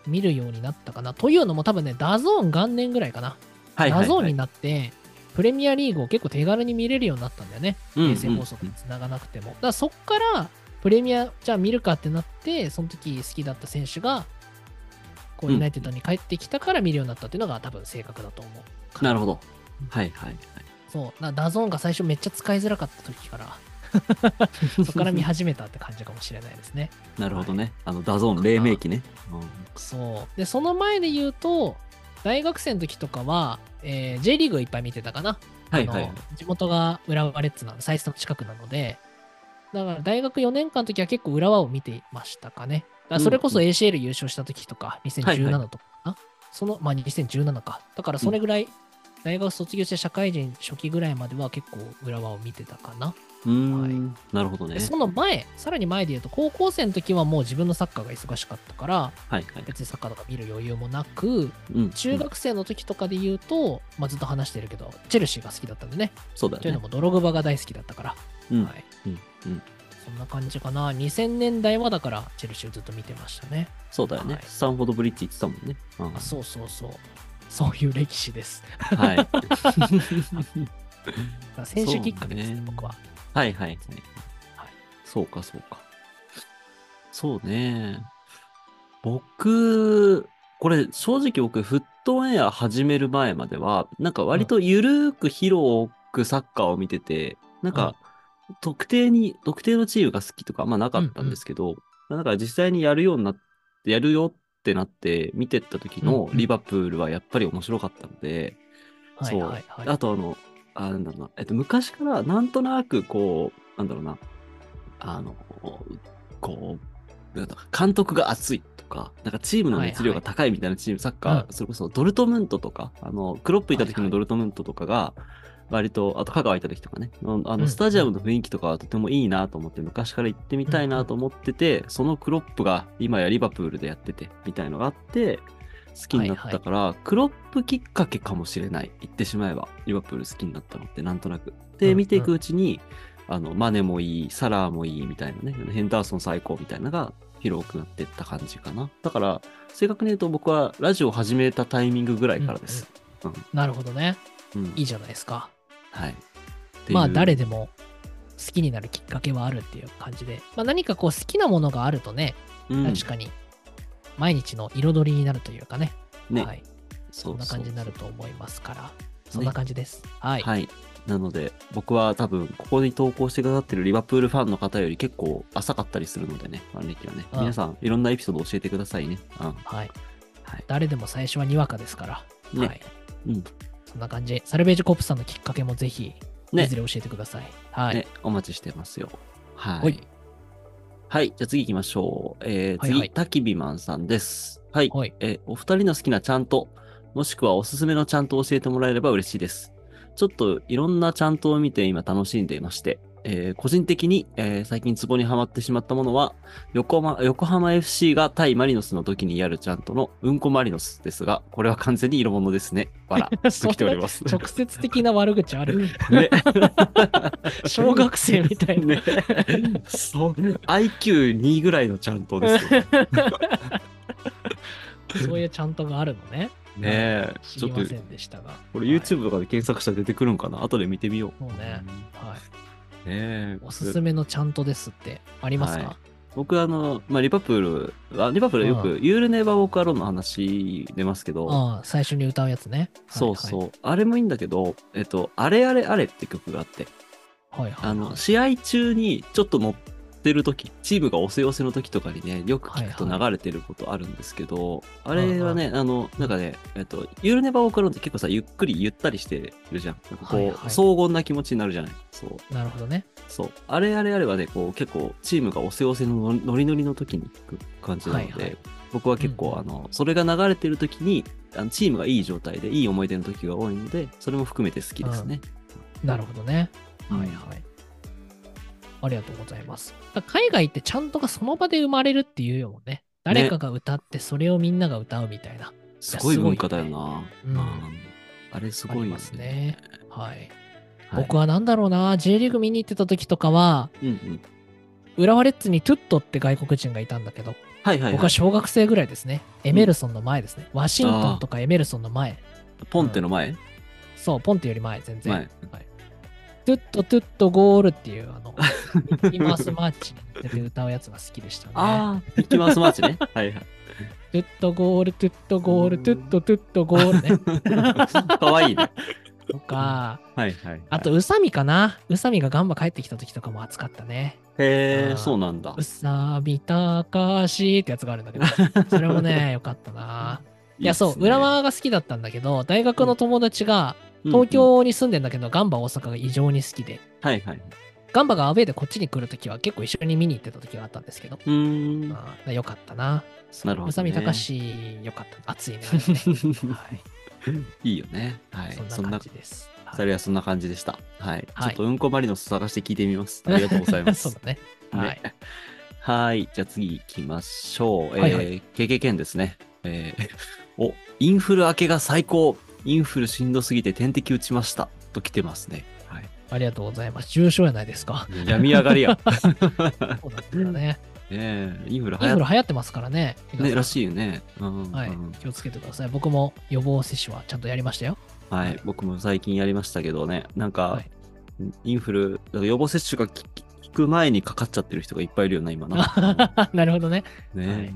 Speaker 1: 見るようになったかな。というのも多分ね、ダゾーン元年ぐらいかな。
Speaker 2: はいはいはい。
Speaker 1: ダゾーンになって、プレミアリーグを結構手軽に見れるようになったんだよね。
Speaker 2: うん
Speaker 1: 衛星放送と繋がなくても。だからそっから、プレミア、じゃあ見るかってなって、その時好きだった選手が、こう
Speaker 2: う
Speaker 1: んユナイテッドに帰ってきたから見るようになったっていうのが多分正確だと思う。
Speaker 2: なるほど。はいはいはい。
Speaker 1: そう、なダゾーンが最初めっちゃ使いづらかった時
Speaker 2: <laughs>
Speaker 1: から、そこから見始めたって感じかもしれないですね。
Speaker 2: なるほどね。あの、ダゾーン、黎明期ね。
Speaker 1: そう。で、その前で言うと、大学生の時とかは、えー J リーグをいっぱい見てたかな。
Speaker 2: はいはい
Speaker 1: あ。の地元が浦和レッズなので、最初の近くなので、だから大学4年間の時は結構浦和を見ていましたかね。だからそれこそ
Speaker 2: う
Speaker 1: ACL 優勝した時とか、
Speaker 2: はい
Speaker 1: 2017とかかな、その、まあ2017か。だからそれぐらい、大学卒業して社会人初期ぐらいまでは結構浦和を見てたかな。
Speaker 2: うーん。なるほどね
Speaker 1: で。その前、さらに前で言うと、高校生の時はもう自分のサッカーが忙しかったから、
Speaker 2: はいはい。
Speaker 1: 別にサッカーとか見る余裕もなく、
Speaker 2: うん
Speaker 1: 中学生の時とかで言うと、まあ、ずっと話してるけど、チェルシーが好きだったんでね。
Speaker 2: そうだ
Speaker 1: というの
Speaker 2: ね。
Speaker 1: も、ドログバが大好きだったから、
Speaker 2: うん
Speaker 1: はい。
Speaker 2: うんうん
Speaker 1: そんな感じかな。2000年代はだから、チェルシーをずっと見てましたね。
Speaker 2: そうだよね
Speaker 1: は。い
Speaker 2: スタンフォードブリッジ行ってたもんね。うん
Speaker 1: あそうそうそう。そういう歴史です。
Speaker 2: はい。
Speaker 1: だから選手きっかけですね、
Speaker 2: そうね
Speaker 1: 僕は。
Speaker 2: はいはいはい
Speaker 1: はい。
Speaker 2: そうか、そうか。そうね。僕、これ正直僕、フットオンエア始める前までは、なんか割とゆるーく広くサッカーを見てて、なんか特定に、特定のチームが好きとかあんまなかったんですけど、なんか実際にやるようになって、やるよってなって見てった時
Speaker 1: うん
Speaker 2: の
Speaker 1: うん
Speaker 2: リバプールはやっぱり面白かったので、
Speaker 1: はいはいはい。
Speaker 2: あとあの、あなんだろうな、えっと、昔からなんとなくこう、なんだろうな、あの、こう、なんだ監督が熱いとか、なんかチームの熱量が高いみたいなチーム、サッカー、
Speaker 1: う
Speaker 2: それこそドルトムントとか、あの、クロップいた
Speaker 1: は
Speaker 2: 時
Speaker 1: いは
Speaker 2: の
Speaker 1: い
Speaker 2: ドルトムントとかが、割と、あと香川いた時とかね、のあ
Speaker 1: うんう
Speaker 2: の
Speaker 1: ん
Speaker 2: スタジアムの雰囲気とかはとてもいいなと思って、昔から行ってみたいなと思ってて、そのクロップが今やリバプールでやってて、みたいのがあって、好きになったから、クロップきっかけかもしれない。言ってしまえば、リバプール好きになったのってなんとなく。
Speaker 1: うん
Speaker 2: で、
Speaker 1: うん
Speaker 2: 見ていくうちに、あの、マネもいい、サラーもいいみたいなね、ヘンダーソン最高みたいなのが広くなってった感じかな。だから、正確に言うと僕はラジオ始めたタイミングぐらいからです。
Speaker 1: なるほどね。
Speaker 2: うん
Speaker 1: いいじゃないですか。
Speaker 2: はい。
Speaker 1: まあ、誰
Speaker 2: で
Speaker 1: でも好好きになるきっかけはあるっていう感じで、まあ、何かこう好きなものがあるとね、
Speaker 2: うん
Speaker 1: 確かに毎日の彩りになるというかね、
Speaker 2: ね、
Speaker 1: はい、
Speaker 2: そ
Speaker 1: そんな感じになると思いますから、そんな感じです。はい。
Speaker 2: はい。なので、僕は多分、ここに投稿してくださってるリバプールファンの方より結構浅かったりするのでね、万歴はね。
Speaker 1: うん
Speaker 2: 皆さん、いろんなエピソード教えてくださいね。うん。
Speaker 1: はい
Speaker 2: はい
Speaker 1: 誰でも最初はにわかですから、
Speaker 2: ね
Speaker 1: はい
Speaker 2: うん
Speaker 1: そんな感じ。サルベージコップさんのきっかけもぜひ、
Speaker 2: ね
Speaker 1: いずれ教えてください。はい。
Speaker 2: ね、お待ちしてますよ。はい。
Speaker 1: はい。
Speaker 2: はい。じゃあ次行きましょう。えー、
Speaker 1: はいはい
Speaker 2: 次、たきびまんさんです。はい。
Speaker 1: はい。。
Speaker 2: えー、お二人の好きなちゃんと、もしくはおすすめのちゃんと教えてもらえれば嬉しいです。ちょっといろんなちゃんとを見て今楽しんでいまして、えー個人的に、えー最近ツボにはまってしまったものは、横浜横浜 FC が対マリノスの時にやるちゃんとのうんこマリノスですが、これは完全に色物ですね。わら
Speaker 1: <laughs>
Speaker 2: ときております。
Speaker 1: 直接的な悪口ある。
Speaker 2: ね
Speaker 1: <laughs> 小学生みたいな。
Speaker 2: ね、そう <laughs> IQ2 ぐらいのちゃんとです
Speaker 1: <laughs>
Speaker 2: よね。
Speaker 1: そういうちゃんとがあるのね。
Speaker 2: ねえ
Speaker 1: 知
Speaker 2: ちょ
Speaker 1: り
Speaker 2: っ
Speaker 1: ま
Speaker 2: と
Speaker 1: せんでしたが。
Speaker 2: これ YouTube とかで検索したら出てくるんかな後で見てみよう。
Speaker 1: そうねはい。はい。
Speaker 2: ねえ
Speaker 1: おすすめのちゃんとですってあります
Speaker 2: はい
Speaker 1: か
Speaker 2: 僕あの、まあ、リバプール、あリバプールはよく、ユールネバーウォークアローンの話出ますけど、
Speaker 1: ああ、最初に歌うやつね。
Speaker 2: そう
Speaker 1: う。
Speaker 2: そう。あれもいいんだけど、えっと、あれあれあれって曲があって、
Speaker 1: はいはい。
Speaker 2: あの、試合中にちょっと乗ってる時、チームが押せ寄せの時とかにね、よく聞くと
Speaker 1: はいは
Speaker 2: 流れてることあるんですけ
Speaker 1: う
Speaker 2: ど、
Speaker 1: ん
Speaker 2: あれはね、あの、なんかね、えっと、ユールネバーウォークアローンって結構さ、ゆっくりゆったりしてるじゃん。なんかこう、
Speaker 1: はいはい
Speaker 2: 荘厳な気持ちになるじゃない。そう。
Speaker 1: なるほどね。
Speaker 2: そう。あれあれあれはね、こう結構チームが押せ押せのノリノリの時に聞く感じなので、
Speaker 1: はいはい
Speaker 2: 僕は結構、
Speaker 1: うん
Speaker 2: あの、それが流れてる時に、あのチームがいい状態で、いい思い出の時が多いので、それも含めて好きですね。
Speaker 1: なるほどね。
Speaker 2: うん
Speaker 1: はいはい。ありがとうございます。だから海外ってちゃんとがその場で生まれるっていうよもんね。誰かが歌ってそれをみんなが歌うみたいな。
Speaker 2: すごい文化だよな。
Speaker 1: すごいよね
Speaker 2: あれす
Speaker 1: あ
Speaker 2: ごいよ
Speaker 1: り
Speaker 2: ね。
Speaker 1: ますね。はい。
Speaker 2: はい
Speaker 1: 僕はなんだろうな、J リーグ見に行ってた時とかは、
Speaker 2: うんうん。
Speaker 1: 浦和レッズにトゥットって外国人がいたんだけど、
Speaker 2: はいはい、
Speaker 1: 僕
Speaker 2: は。
Speaker 1: はい小学生ぐらいですね。エメルソンの前ですね。ワシントンとかエメルソンの前。
Speaker 2: ポンテの前、
Speaker 1: そう、ポンテより前、全然。
Speaker 2: 前
Speaker 1: はいトゥットトゥットゴールっていう、あ <laughs> の、ミッキーマウスマーチで歌うやつが好きでしたね。
Speaker 2: ああ、ミッキーマウスマーチ
Speaker 1: <laughs>
Speaker 2: ね。はいはい。
Speaker 1: トゥットゴール、トゥットゴール、トゥットトゥットゴールね。
Speaker 2: かわい <laughs> いね。
Speaker 1: とか、
Speaker 2: はいはい、はい。
Speaker 1: あと、、宇佐美かな。宇佐美がガンバ帰ってきた時とかも熱かったね。
Speaker 2: へ
Speaker 1: あ
Speaker 2: え、
Speaker 1: ー
Speaker 2: そうなんだ
Speaker 1: 宇。佐美たかしってやつがあるんだけど、それもね、よかったな。いや、そう、浦和が好きだったんだけど、大学の友達が東
Speaker 2: うんうん、
Speaker 1: 京に住んでんだけど、ガンバ大阪が異常に好きで、
Speaker 2: はいはい。
Speaker 1: ガンバがアウェーでこっちに来るときは結構一緒に見に行ってた時があったんですけど、
Speaker 2: うーん。なる
Speaker 1: ああよかったな。
Speaker 2: ほど、ね。
Speaker 1: 宇佐美隆、よかった。熱いね。あれねはい
Speaker 2: いいよね。はい。
Speaker 1: そ
Speaker 2: そ
Speaker 1: ん
Speaker 2: ん
Speaker 1: な感、
Speaker 2: な
Speaker 1: じです。はい
Speaker 2: それはそんな感じでした。はい。
Speaker 1: はい
Speaker 2: ちょっとうんこマリノス探して聞いてみ
Speaker 1: <laughs>
Speaker 2: ます。ありがとうございます。
Speaker 1: そうだね。
Speaker 2: ね
Speaker 1: はい。
Speaker 2: はい。じゃあ次行きましょう。
Speaker 1: はいはい
Speaker 2: えー、KKK ですね。えー、お、インフル明けが最高。インフルしんどすぎて点滴打ちました。と来てますね。はい。
Speaker 1: ありがとうございます。重症や <laughs> ないです
Speaker 2: <laughs>
Speaker 1: か。
Speaker 2: 病み上が
Speaker 1: <laughs>
Speaker 2: りや。
Speaker 1: そうだったね。
Speaker 2: ねえインフル
Speaker 1: イ
Speaker 2: 流
Speaker 1: ンフ
Speaker 2: 行
Speaker 1: ル
Speaker 2: っ
Speaker 1: 流行ってますからね。皆さ
Speaker 2: ね、
Speaker 1: ん
Speaker 2: らしいよね。うん。
Speaker 1: はい
Speaker 2: うん。
Speaker 1: 気をつけてください。僕も予防接種はちゃんとやりま
Speaker 2: <laughs>
Speaker 1: したよ。
Speaker 2: は
Speaker 1: はい
Speaker 2: い。僕も最近やりましたけどね。なんか、
Speaker 1: はい
Speaker 2: インフル、だから予防接種が効く前にかかっちゃってる人がいっぱいいるよな、今な。
Speaker 1: <laughs> なるほどね。
Speaker 2: ね,、
Speaker 1: はい
Speaker 2: ね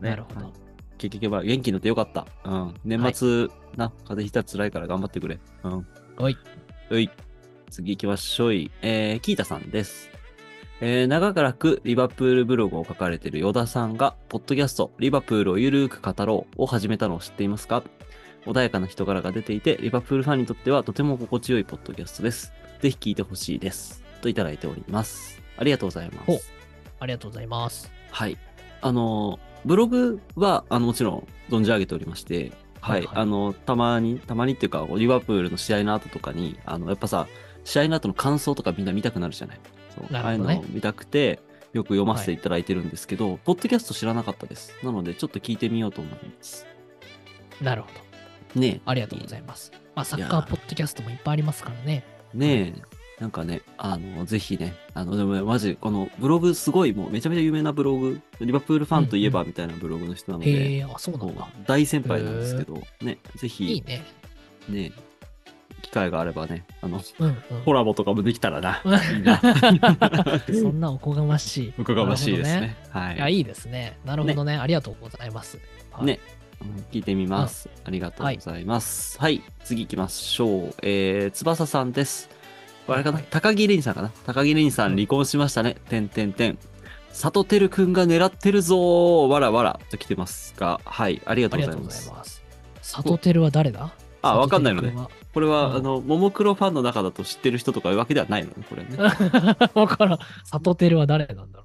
Speaker 1: なるほど。
Speaker 2: 結局は元気になってよかった。うん。年末、な、風邪ひいたら辛いから頑張ってくれ。うん。
Speaker 1: おい。
Speaker 2: おい。次行きましょうい。えー、キータさんです。えー、長らくリバプールブログを書かれているヨダさんが、ポッドキャスト、リバプールをゆるーく語ろうを始めたのを知っていますか穏やかな人柄が出ていて、リバプールファンにとってはとても心地よいポッドキャストです。ぜひ聞いてほしいです。といただいております。ありがとうございます
Speaker 1: お。ありがとうございます。
Speaker 2: はい。あの、ブログは、あの、もちろん存じ上げておりまして、はい。
Speaker 1: はいはい
Speaker 2: あの、たまに、たまにっていうか、リバプールの試合の後とかに、あの、やっぱさ、試合の後の感想とかみんな見たくなるじゃない。そう
Speaker 1: な
Speaker 2: ああい
Speaker 1: る
Speaker 2: う
Speaker 1: ほどね
Speaker 2: のを見たくて、よく読ませていただいてるんですけど、ポッドキャスト知らなかったです。なので、ちょっと聞いてみようと思います。
Speaker 1: なるほど。
Speaker 2: ね
Speaker 1: ありがとうございます。まあ、サッカーポッドキャストもいっぱいありますからね。
Speaker 2: え、ねえ。なんかね、あの、ぜひね、あの、でもねマジ、このブログすごい、もうめちゃめちゃ有名なブログ、リバプールファンといえばみたいなブログの人なので、
Speaker 1: へえ、あ、そうな
Speaker 2: もうん
Speaker 1: だ。
Speaker 2: 大先輩なんですけど、ね、
Speaker 1: い
Speaker 2: ぜ
Speaker 1: い
Speaker 2: ひ、
Speaker 1: ね。
Speaker 2: ね、機会があればね、あの、
Speaker 1: うんうん
Speaker 2: コラボとかもできたら
Speaker 1: <laughs>
Speaker 2: な。いいな <laughs>
Speaker 1: そんなおこがましい。
Speaker 2: おこがましいです
Speaker 1: な
Speaker 2: ね。
Speaker 1: る
Speaker 2: は
Speaker 1: ほどね。
Speaker 2: い。
Speaker 1: いや、いいですね。なるほどね。ありがとうございます。はい
Speaker 2: ねうん聞いてみます。ありがとうございます。はい、次行きましょう。えー、翼さんです。これあれかな、
Speaker 1: はい
Speaker 2: 高木凛さんかな高木凛さん離婚しましたね。てんてんてん。佐藤輝くんが狙ってるぞーわらわらと来てますが、はい、ありがと
Speaker 1: あ
Speaker 2: う
Speaker 1: り
Speaker 2: ご
Speaker 1: が
Speaker 2: ざい
Speaker 1: とうご
Speaker 2: ま
Speaker 1: ざい
Speaker 2: す。
Speaker 1: ます。サトテルは誰だ
Speaker 2: あ、わかんないの
Speaker 1: ね
Speaker 2: ね。これは、
Speaker 1: うん
Speaker 2: あの、ももクロファンの中だと知ってる人とかいうわけではないのね、これね。
Speaker 1: <laughs> わからん。サトテルは誰なんだろうね。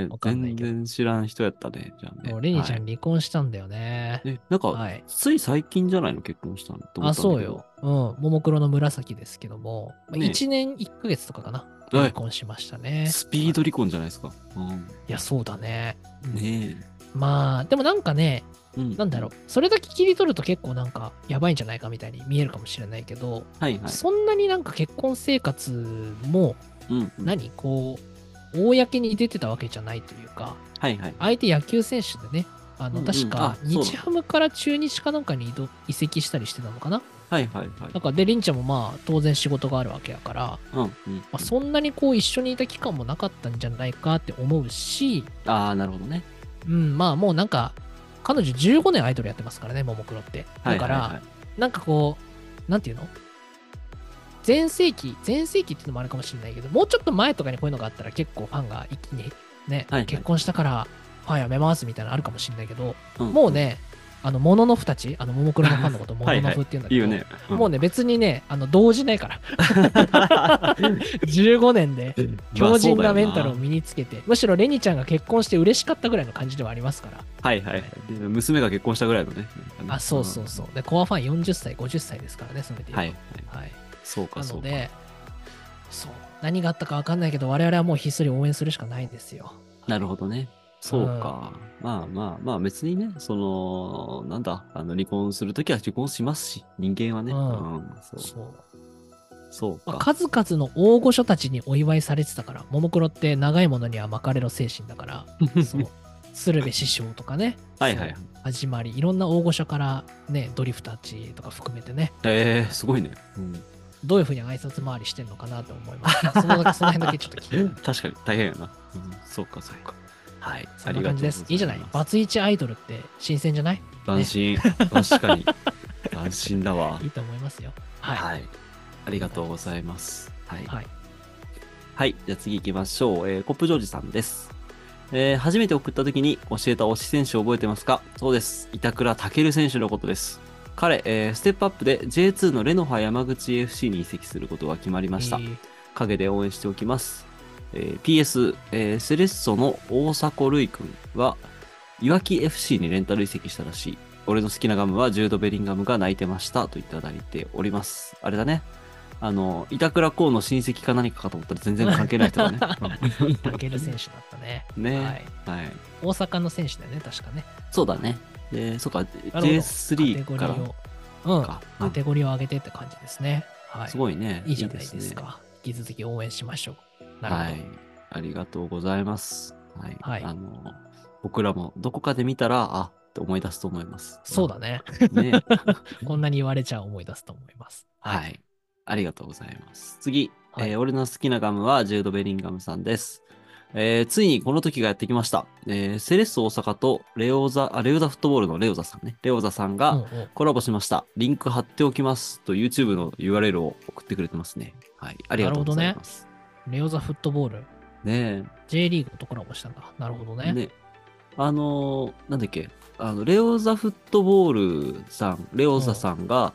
Speaker 2: ね
Speaker 1: わかんない
Speaker 2: 全
Speaker 1: けど
Speaker 2: 然知らん人やったね、じゃあね。
Speaker 1: もうレニーちゃ
Speaker 2: は
Speaker 1: ん離婚したんだよね
Speaker 2: い。ねなんか、
Speaker 1: はい
Speaker 2: つい最近じゃないの結婚したのと思
Speaker 1: あ、
Speaker 2: ったんだ
Speaker 1: そう
Speaker 2: けど
Speaker 1: よ。うん。ももクロの紫ですけども、まあ
Speaker 2: ね
Speaker 1: 1年1ヶ月とかかな。
Speaker 2: は
Speaker 1: 離
Speaker 2: い
Speaker 1: 婚しましたね。
Speaker 2: スピード離婚じゃないですか。う
Speaker 1: いや、そうだね。
Speaker 2: ん、ね
Speaker 1: まあ、でもなんかね、
Speaker 2: え、うん。
Speaker 1: なんだろう。それだけ切り取ると結構なんか、やばいんじゃないかみたいに見えるかもしれないけど、
Speaker 2: はいはい。
Speaker 1: そんなになんか結婚生活も、
Speaker 2: うん、うん。
Speaker 1: 何こう、公に出てたわけじゃないというか、
Speaker 2: はいはい。
Speaker 1: 相手野球選手でね、あ
Speaker 2: う
Speaker 1: の
Speaker 2: んうん
Speaker 1: 確
Speaker 2: あ
Speaker 1: か
Speaker 2: そうだ
Speaker 1: 日ハムから中日かなんかに移動移籍したりしてたのかな
Speaker 2: はいはいはい。
Speaker 1: なんかで、りんちゃんもまあ当然仕事があるわけやから、ま
Speaker 2: うん、うん。
Speaker 1: あ、そんなにこう一緒にいた期間もなかったんじゃないかって思うし、
Speaker 2: ああ、なるほどね。
Speaker 1: うん、まあもうなんか、彼女15年アイドルやってますからね、ももクロって。
Speaker 2: は
Speaker 1: だ
Speaker 2: い
Speaker 1: か
Speaker 2: はいは
Speaker 1: ら、なんかこう、なんていうの全盛期、全盛期っていうのもあるかもしれないけど、もうちょっと前とかにこういうのがあったら結構ファンが一気にね、
Speaker 2: はいはい
Speaker 1: 結婚したからファンやめますみたいなのあるかもしれないけど、
Speaker 2: い、ん
Speaker 1: もう、ね、あの、モノノフたち、あの、ももクロのファンのこと、モ
Speaker 2: <laughs> はいは
Speaker 1: ノ
Speaker 2: い
Speaker 1: ノフっていうんだ
Speaker 2: いい
Speaker 1: けど、
Speaker 2: よね。ん
Speaker 1: もうね、別にね、あの、動じないから。15年で、強靭なメンタルを。身につけて、むしろレニちゃんが結婚して嬉しかったぐらいの感じではありますから。
Speaker 2: はいはい。で娘が結婚したぐらいのね。なんかね
Speaker 1: あ、そうそうそう。で、コアファン40歳、50歳ですからね、それで
Speaker 2: う
Speaker 1: 言
Speaker 2: んは
Speaker 1: う
Speaker 2: い
Speaker 1: と。
Speaker 2: はい。
Speaker 1: はい。
Speaker 2: そうか
Speaker 1: な
Speaker 2: そ
Speaker 1: の
Speaker 2: うか。
Speaker 1: で、そう。何があったか分かんないけど、我々はもうひっそり応援するしかないんですよ。
Speaker 2: なるほどね。そうか。まあまあまあ別にね、その、なんだ、あの離婚するときは離婚しますし、人間はね。
Speaker 1: うん
Speaker 2: うんそう
Speaker 1: そう。
Speaker 2: そう
Speaker 1: まあ、
Speaker 2: か。
Speaker 1: 数々の大御所たちにお祝いされてたから、ももクロって長いものには巻かれろ精神だ
Speaker 2: <laughs>
Speaker 1: から、そう。鶴瓶師匠とかね、
Speaker 2: はいはいはい。
Speaker 1: 始まり、いろんな大御所からね、ドリフたちとか含めてね、
Speaker 2: えー、すごいね。うん
Speaker 1: どういうふうに挨拶回りしてんのかなと思い
Speaker 2: <laughs>
Speaker 1: ます。そのだけその辺だけちょっと聞いて。
Speaker 2: 確かに大変やな。うんそうか、そうか。はい。
Speaker 1: そんな感じです。いいじゃない。
Speaker 2: あ
Speaker 1: バツイチアイドルって新鮮じゃない
Speaker 2: りがとうございます斬新。確
Speaker 1: <laughs>
Speaker 2: かに。斬新だわ
Speaker 1: い。いと思いますよ。はい。
Speaker 2: はい。ありがとうございます。はい。
Speaker 1: はい。
Speaker 2: はい。じゃあ次行きましょう。えーコップジョージさんです。えー初めて送った時に教えた推し選手覚えてますかそうです。板倉健選手のことです。彼、えーステップアップで J2 のレノファ山口 FC に移籍することが決まりました
Speaker 1: え。ー
Speaker 2: 陰で応援しておきます。えー PS、えーセレッソの大迫塁君は、いわき FC にレンタル移籍したらしい。俺の好きなガムはジュード・ベリンガムが泣いてましたといただいております。あれだね。あの、板倉公の親戚か何かかと思ったら全然関係ない人
Speaker 1: <laughs>
Speaker 2: だね。
Speaker 1: タケル選手だったね。
Speaker 2: ね、
Speaker 1: はい。
Speaker 2: はい。
Speaker 1: 大阪の選手だよね、確かね。
Speaker 2: そうだね。で、そうか、
Speaker 1: なるほどカ
Speaker 2: J3
Speaker 1: テゴ
Speaker 2: か
Speaker 1: リ
Speaker 2: ら
Speaker 1: ーを。うん。
Speaker 2: か。
Speaker 1: カテゴリーを上げてって感じですね。はい。
Speaker 2: すごいね。
Speaker 1: いいじゃないです
Speaker 2: ね
Speaker 1: か。引き続き応援しましょう。な
Speaker 2: は
Speaker 1: る
Speaker 2: い。ありがとうございます。はい。
Speaker 1: はい
Speaker 2: あの、僕らもどこかで見たら、あって思い出すと思います。
Speaker 1: そうだね。 <laughs>
Speaker 2: ね。
Speaker 1: こんなに言われちゃ思い出すと思います。
Speaker 2: はい。ありがとうございます。次、
Speaker 1: はい
Speaker 2: えー俺の好きなガムはジェード・ベリンガムさんです。えーついにこの時がやってきました。えーセレッソ大阪とレオザ、あ、レオザフットボールのレオザさんね。レオザさん
Speaker 1: うん
Speaker 2: が
Speaker 1: うん
Speaker 2: コラボしました。リンク貼っておきます。と YouTube の URL を送ってくれてますね。はい。ありがとうございます。
Speaker 1: レオザフットボール、
Speaker 2: ねえ。
Speaker 1: J リーグとコラボしたんだ。なるほどね。
Speaker 2: ね。あのーなんだっけ、あの、レオザフットボールさん、レオザさんが、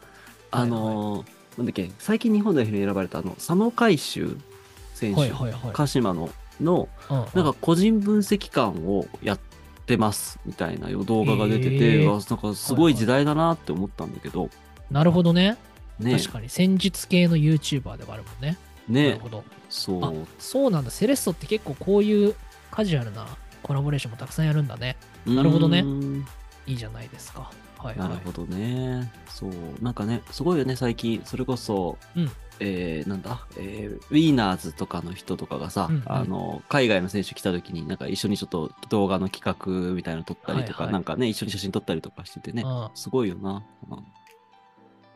Speaker 1: うん
Speaker 2: あのーなんだっけ、最近日本代表に選ばれたあの、佐野海舟選手、
Speaker 1: はいはいはい。
Speaker 2: 鹿島の、の、
Speaker 1: うん
Speaker 2: なんか個人分析官をやってますみたいな動画が出て
Speaker 1: へ
Speaker 2: て、
Speaker 1: ー
Speaker 2: うわなんかすごい時代だなって思ったんだけど、
Speaker 1: なるほどね。
Speaker 2: ね
Speaker 1: 確かに戦術系の YouTuber ではあるもんね。なる
Speaker 2: ね
Speaker 1: ほど。
Speaker 2: そ
Speaker 1: あ
Speaker 2: う、
Speaker 1: そうなんだ。セレッソって結構こういうカジュアルなコラボレーションもたくさんやるんだね。なるほどね
Speaker 2: うーん
Speaker 1: いいじゃないですか。はいはい。
Speaker 2: なるほどね。そう。なんかね、すごいよね、最近。それこそ、
Speaker 1: うん
Speaker 2: えーなんだ、えーウィーナーズとかの人とかがさ、
Speaker 1: うんうん
Speaker 2: あの、海外の選手来た時に、なんか一緒にちょっと動画の企画みたいなの撮ったりと
Speaker 1: は
Speaker 2: か、
Speaker 1: いはい
Speaker 2: なんかね、一緒に写真撮ったりとかしててね、
Speaker 1: うん
Speaker 2: すごいよな。うん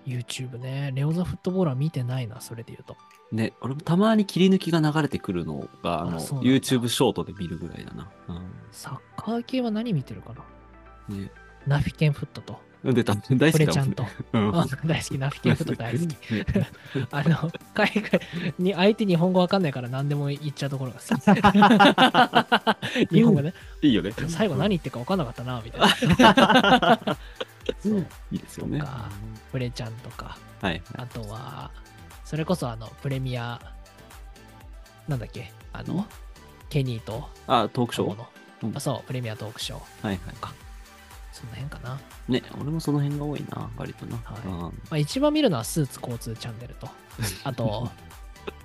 Speaker 1: YouTube ね。レオザフットボールは見てないな、それで言うと。
Speaker 2: ね、俺もたまに切り抜きが流れてくるのが、あの、
Speaker 1: あそうなんだ
Speaker 2: YouTube ショートで見るぐらいだな。
Speaker 1: サッカー系は何見てるかな
Speaker 2: うん。ね。
Speaker 1: ナフィケンフットと、
Speaker 2: で、た大
Speaker 1: プ
Speaker 2: 好き
Speaker 1: レ
Speaker 2: だ
Speaker 1: ちゃん
Speaker 2: もん
Speaker 1: <laughs>
Speaker 2: ね。
Speaker 1: と。
Speaker 2: うん
Speaker 1: あ大好き、ナフィケンフット大好き。
Speaker 2: ね
Speaker 1: あの、海外に相手日本語わかんないから何でも言っちゃうところが好き。日本語ね、
Speaker 2: <laughs> いいよね。
Speaker 1: 最後何言ってるかわかんなかったな、みたいな。そう
Speaker 2: いいですよね。
Speaker 1: と
Speaker 2: は
Speaker 1: かプレちゃんとか、
Speaker 2: いはい。
Speaker 1: あとは、それこそあの、プレミア、なんだっけ、あの、ケニーと、
Speaker 2: あ、トークショ
Speaker 1: そ
Speaker 2: ー
Speaker 1: の
Speaker 2: うん
Speaker 1: あそう、プレミアトークショー、
Speaker 2: はいは
Speaker 1: その辺かな。
Speaker 2: い。ね、俺もその辺が多いな、割とな。
Speaker 1: はまあ、一番見るのはスーツ交通チャンネルと、あと、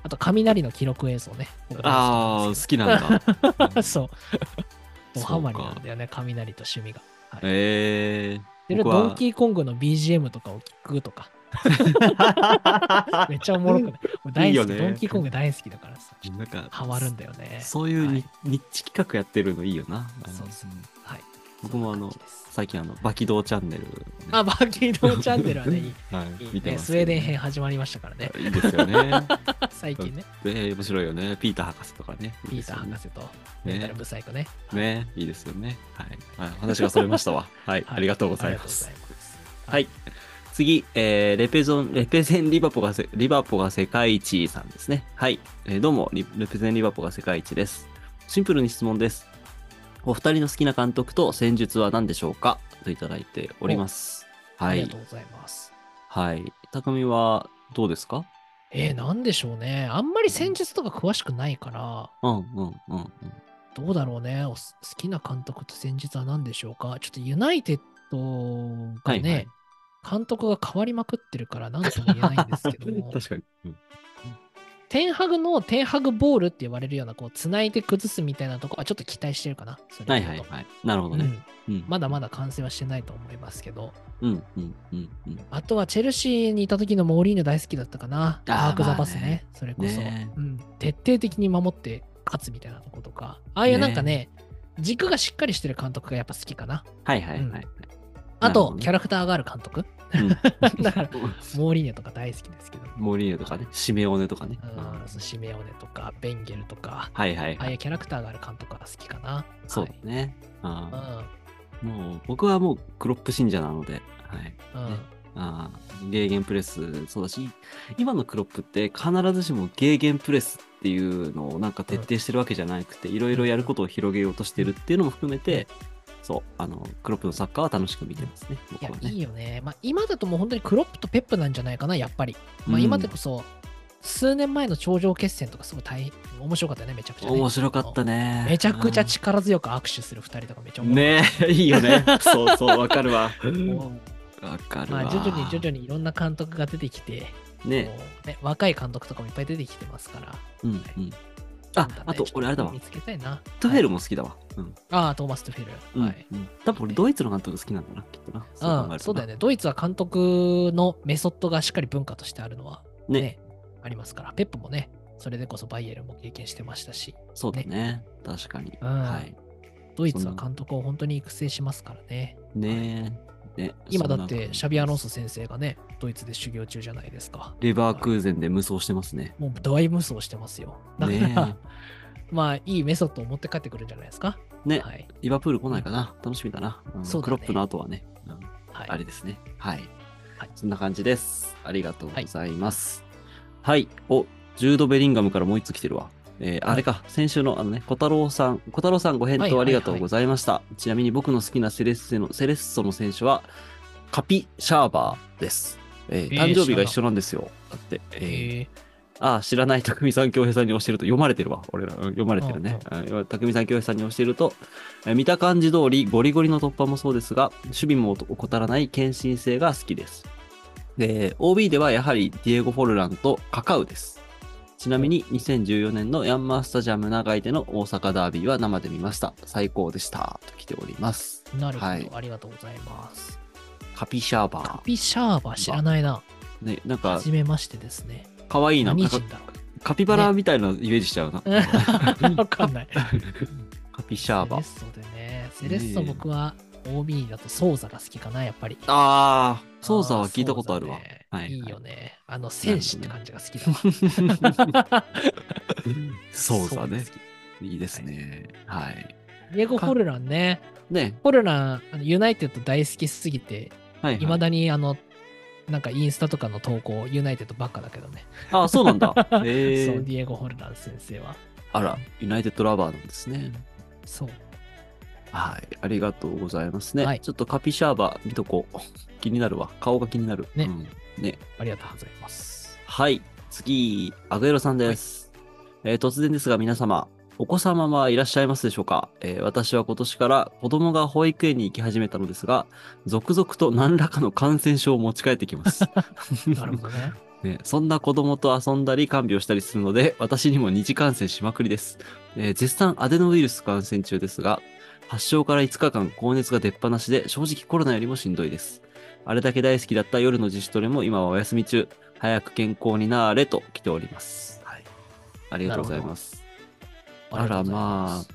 Speaker 1: あと雷の記録映像ね。僕
Speaker 2: <laughs> ああ
Speaker 1: 大好きなんで
Speaker 2: ー、
Speaker 1: す
Speaker 2: 好きなんだ。
Speaker 1: けど <laughs> そう。
Speaker 2: <laughs>
Speaker 1: お
Speaker 2: そうか
Speaker 1: ハマりなんだよね、雷と趣味が。はい
Speaker 2: ええ
Speaker 1: で、
Speaker 2: 僕は
Speaker 1: ドンキーコングの BGM とかを聞くと
Speaker 2: <laughs>
Speaker 1: か、
Speaker 2: ー。
Speaker 1: めっちゃおもろくない。俺大
Speaker 2: いい
Speaker 1: 好
Speaker 2: よ
Speaker 1: き、
Speaker 2: ね
Speaker 1: ドンキーコング大好きだからさ、
Speaker 2: なんか、
Speaker 1: ハマるんだよね。
Speaker 2: そういう
Speaker 1: は
Speaker 2: に
Speaker 1: い
Speaker 2: ニッチ企画やってるのいいよな。
Speaker 1: そうそうはい。
Speaker 2: 僕もあ
Speaker 1: そんな感
Speaker 2: の
Speaker 1: じです
Speaker 2: 最近あの、バキドーチャンネルね、
Speaker 1: あ、バーキードーチャンネルはね、いい。
Speaker 2: <laughs> はい
Speaker 1: いい
Speaker 2: 見て
Speaker 1: ね、
Speaker 2: ます
Speaker 1: ス
Speaker 2: け
Speaker 1: ウ
Speaker 2: ど
Speaker 1: ェーデン
Speaker 2: ね
Speaker 1: 編始まりましたから
Speaker 2: <laughs>
Speaker 1: ね、
Speaker 2: いいですよね。
Speaker 1: 最近ね、
Speaker 2: ね面白いよね。ピーター博士とかね。いい
Speaker 1: ピ
Speaker 2: で
Speaker 1: ー
Speaker 2: す
Speaker 1: ター
Speaker 2: よね
Speaker 1: 博士とメンタルブサイクね。
Speaker 2: ね、いいですよね。はい。あ話がそれましたわ。はい。
Speaker 1: はい
Speaker 2: ありがとうご
Speaker 1: あ
Speaker 2: ざ
Speaker 1: り
Speaker 2: い
Speaker 1: がとう
Speaker 2: ま
Speaker 1: ご
Speaker 2: す
Speaker 1: ざい。ます。
Speaker 2: はい。次、えーレペゾン、レペゼンリバポがせ、リバポが世界一さんですね。はい。えーどうもリ、レペゼンリバポが世界一です。シンプルに質問です。お二人の好きな監督と戦術は何でしょうかといただいております。
Speaker 1: あ
Speaker 2: は
Speaker 1: りが
Speaker 2: い
Speaker 1: と。うございます。
Speaker 2: はい。匠はどうですか
Speaker 1: えー、なんでしょうね。あんまり戦術とか詳しくないから、
Speaker 2: うんうんうんうん。
Speaker 1: どうだろうね。お好きな監督と戦術は何でしょうか。ちょっとユナイテッドがね、
Speaker 2: はいはい
Speaker 1: 監督が変わりまくってるから、なんとも言えないんですけども、
Speaker 2: <laughs> 確かに。うん
Speaker 1: テンハグのテンハグボールって言われるような、こう、つないで崩すみたいなとこはちょっと期待してるかな。それ
Speaker 2: は
Speaker 1: で
Speaker 2: い
Speaker 1: 言
Speaker 2: は
Speaker 1: う
Speaker 2: い
Speaker 1: と
Speaker 2: はい。なるほど
Speaker 1: う
Speaker 2: ね。
Speaker 1: ん、
Speaker 2: うん
Speaker 1: まだま。だ完成はしてないと思いますけど、
Speaker 2: うんうんうんうん。
Speaker 1: あとはチェルシーにいた時のモーリーニョ大好きだったかな。
Speaker 2: あー
Speaker 1: マーク・ザ・
Speaker 2: まあね
Speaker 1: バスね。それこそ、
Speaker 2: ね
Speaker 1: うん。徹底的に守って勝つみたいなとことか。ああいうなんかね、軸がしっかりしてる監督がやっぱ好きかな。
Speaker 2: はいはいはいはい。
Speaker 1: あ
Speaker 2: なるほ
Speaker 1: と、
Speaker 2: どね
Speaker 1: キャラクターがある監督。
Speaker 2: うん
Speaker 1: <laughs> だ
Speaker 2: <laughs>
Speaker 1: からモーリーニョとか大好きですけど。
Speaker 2: モーリーニョとかね、シメオネとかね。
Speaker 1: うん、そうシメオネとか、ベンゲルとか、
Speaker 2: はいはい
Speaker 1: あ
Speaker 2: は
Speaker 1: あい
Speaker 2: い。
Speaker 1: うキャラクターがある監督が好きかな。
Speaker 2: そう
Speaker 1: は
Speaker 2: だ
Speaker 1: い
Speaker 2: ね。あ
Speaker 1: うん
Speaker 2: ーもう僕はもうクロップ信者なので、はい。
Speaker 1: うん
Speaker 2: あーゲーゲンプレス、そうだし、今のクロップって必ずしもゲーゲンプレスっていうのをなんか徹底してるわけじゃなくて、いろいろやることを広げようとしてるっていうのも含めて、そう、あの、クロップのサッカーは楽しく見てますね、
Speaker 1: い
Speaker 2: 僕
Speaker 1: や
Speaker 2: は、
Speaker 1: いい
Speaker 2: ね。
Speaker 1: よね。まあ、今だともう本当にクロップとペップなんじゃないかな、やっぱり。まあ、
Speaker 2: うん
Speaker 1: 今でこそ、数年前の頂上決戦とかすごい大変、面白かったよね、めちゃくちゃ、ね。
Speaker 2: 面白かったね。
Speaker 1: めちゃくちゃ力強く握手する2人とかめっちゃ面白い。
Speaker 2: ねえ、いいよね。そうそう、わかる
Speaker 1: <laughs>
Speaker 2: わ。
Speaker 1: も
Speaker 2: わか
Speaker 1: う
Speaker 2: るわ。 <laughs>
Speaker 1: まあ、徐々に徐々にいろんな監督が出てきて、
Speaker 2: ね
Speaker 1: こうね、若い監督とかもいっぱい出てきてますから。
Speaker 2: うんうん。あ
Speaker 1: なんかね、
Speaker 2: あと
Speaker 1: ちょっ、
Speaker 2: 俺あれだわ
Speaker 1: 見。つけたいな。
Speaker 2: トゥフェル
Speaker 1: も。
Speaker 2: も好きだわ。うん。
Speaker 1: ああ、トーマス・トゥフェル。
Speaker 2: うん
Speaker 1: はい。
Speaker 2: うん多分俺、ドイツの監督好きなんだな、きっとな。考えると
Speaker 1: う、
Speaker 2: なん
Speaker 1: そうだよね。ドイツは監督のメソッドがしっかり文化としてあるのはね、
Speaker 2: ね。
Speaker 1: ありますから、ペップもね、それでこそバイエルンも経験してましたし、
Speaker 2: そうだね。確かに。
Speaker 1: うん
Speaker 2: はい。
Speaker 1: ドイツは監督を本当に育成しますからね。
Speaker 2: ねえ。ね
Speaker 1: 今
Speaker 2: そ
Speaker 1: だ
Speaker 2: んな
Speaker 1: ってシャビアロンソ先生がね、ドイツで修行中じゃないですか。
Speaker 2: レバークーゼンで無双してますね。
Speaker 1: もう大無双してますよ。だから、 <laughs>
Speaker 2: ね
Speaker 1: まあいいメソッドを持って帰ってくるんじゃないですか。
Speaker 2: え。ね
Speaker 1: はい。
Speaker 2: リバプール来ないかな。楽しみだな。うん
Speaker 1: そうだ
Speaker 2: ク
Speaker 1: ね
Speaker 2: ロップの後はね。うん
Speaker 1: はい、
Speaker 2: あれですね。はい
Speaker 1: はい。
Speaker 2: そんな感じです。ありがとうございます。はい。お、ジュード・ベリンガムからもう一つ来てるわ。えーあれか、先週のあのね、小太郎さん、小太郎さんご返
Speaker 1: はいはい
Speaker 2: 答
Speaker 1: は
Speaker 2: あ
Speaker 1: い
Speaker 2: りがとうございました。ちなみに僕の好きなセレッソの、セレッソの選手は、カピ・シャーバーです。えー
Speaker 1: えー
Speaker 2: 誕生日が一
Speaker 1: 知
Speaker 2: 緒なんですよ。だって、え
Speaker 1: へ
Speaker 2: ー
Speaker 1: え
Speaker 2: ああ、知らない <laughs> 匠さん、京平さんに教えると、読まれてるわ、俺ら、うん読まれてるね。うん匠さん、京平さんに教えると、えー見た感じ通り、ゴリゴリの突破もそうですが、守備も怠らない献身性が好きです。で、OB ではやはりディエゴ・フォルランとカカウです。ちなみに、2014年のヤンマースタジアム長井での大阪ダービーは生で見ました。最高でした。と来ております。
Speaker 1: なるほど、
Speaker 2: はい
Speaker 1: ありがとうございます。
Speaker 2: カピシャーバ
Speaker 1: カ
Speaker 2: ー。
Speaker 1: ピシャーバー知らないな。
Speaker 2: ね、なんか
Speaker 1: は、じめましてですね。
Speaker 2: かわいいな。
Speaker 1: 何
Speaker 2: なんか
Speaker 1: 人だろ
Speaker 2: カピバラみたいなイメージしちゃうな。
Speaker 1: うわかんない。
Speaker 2: <laughs> カピシャーバー。
Speaker 1: セレッソでね。セレッソ僕は OB だとソーザが好きかな、やっぱり。
Speaker 2: ああ、
Speaker 1: ソー
Speaker 2: 操
Speaker 1: ザ
Speaker 2: 作は聞いたことあるわ。
Speaker 1: ね
Speaker 2: はい。
Speaker 1: いいよね。あの、戦士って感じが好きだわ。
Speaker 2: そうだね
Speaker 1: 好。き
Speaker 2: いいですね。はい。
Speaker 1: <laughs> ディエゴ・ホルランね。
Speaker 2: ね。
Speaker 1: ホルラン、あのユナイテッド大好きすぎて、
Speaker 2: はい、はい。
Speaker 1: いまだにあの、なんかインスタとかの投稿、ユナイテッドばっかだけどね。
Speaker 2: あ、そう <laughs> なんだ。え
Speaker 1: そう、
Speaker 2: ー
Speaker 1: デ、ィエゴ・ホルラン先生は。
Speaker 2: あら、ユナイテッドラバーなんですね。
Speaker 1: そう。
Speaker 2: はい。ありがとうございますね。
Speaker 1: はい
Speaker 2: ちょっとカピシャーバ見とこう。気になるわ。顔が気になる。
Speaker 1: ね
Speaker 2: うんね。
Speaker 1: ありがとうございます。
Speaker 2: はい。次、アグエロさんです。えー突然ですが皆様、お子様はいらっしゃいますでしょうか、えー私は今年から子供が保育園に行き始めたのですが、続々と何らかの感染症を持ち帰ってきます。
Speaker 1: なるほどね。
Speaker 2: ね、そんな子供と遊んだり看病したりするので、私にも二次感染しまくりです。えー絶賛アデノウイルス感染中ですが、発症から5日間高熱が出っ放しで、正直コロナよりもしんどいです。あれだけ大好きだった夜の自主トレも今はお休み中、早く健康になれと来ております。はい。ありがとうございます。 <laughs>
Speaker 1: ありがとう
Speaker 2: あらまあ
Speaker 1: ございます、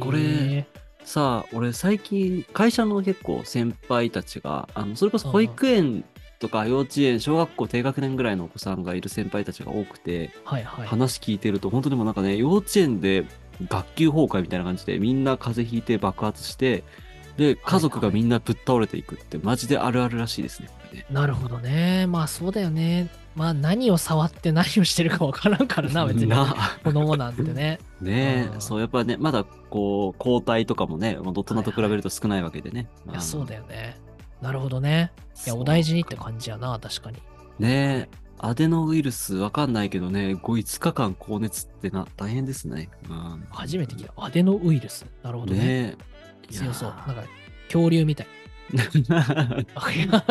Speaker 2: これ
Speaker 1: へえ
Speaker 2: さあ、俺最近、会社の結構先輩たちが、あの、それこそ保育園とか幼稚園、小学校低学年ぐらいのお子さんがいる先輩たちが多くて、
Speaker 1: はいはい。
Speaker 2: 話聞いてると、本当でもなんかね、幼稚園で学級崩壊みたいな感じで、みんな風邪ひいて爆発して、で、家族がみんなぶっ倒れていくって、マジであるあるらしいですね。これね
Speaker 1: なるほどね。まあそうだよね。まあ何を触って何をしてるかわからんから
Speaker 2: <laughs>
Speaker 1: な、別に。 <laughs>
Speaker 2: な
Speaker 1: 子供なんて
Speaker 2: <laughs>
Speaker 1: ね。
Speaker 2: ね
Speaker 1: う
Speaker 2: え、
Speaker 1: ん
Speaker 2: そう、やっぱね、まだこう、抗体とかもね、もう大人と比べると少ないわけでね。
Speaker 1: いや、そうだ
Speaker 2: よ。
Speaker 1: よね。なるほどね。いや、お大事にって感じやな、確かに。
Speaker 2: ねえ、アデノウイルスわかんないけどね、こう5日間高熱ってな、大変ですね。うん、
Speaker 1: 初めて聞いた。アデノウイルス。なるほどね。
Speaker 2: ねえ。 <laughs> いやー
Speaker 1: 強そう。なんか、恐竜
Speaker 2: <laughs>
Speaker 1: みたい。確
Speaker 2: か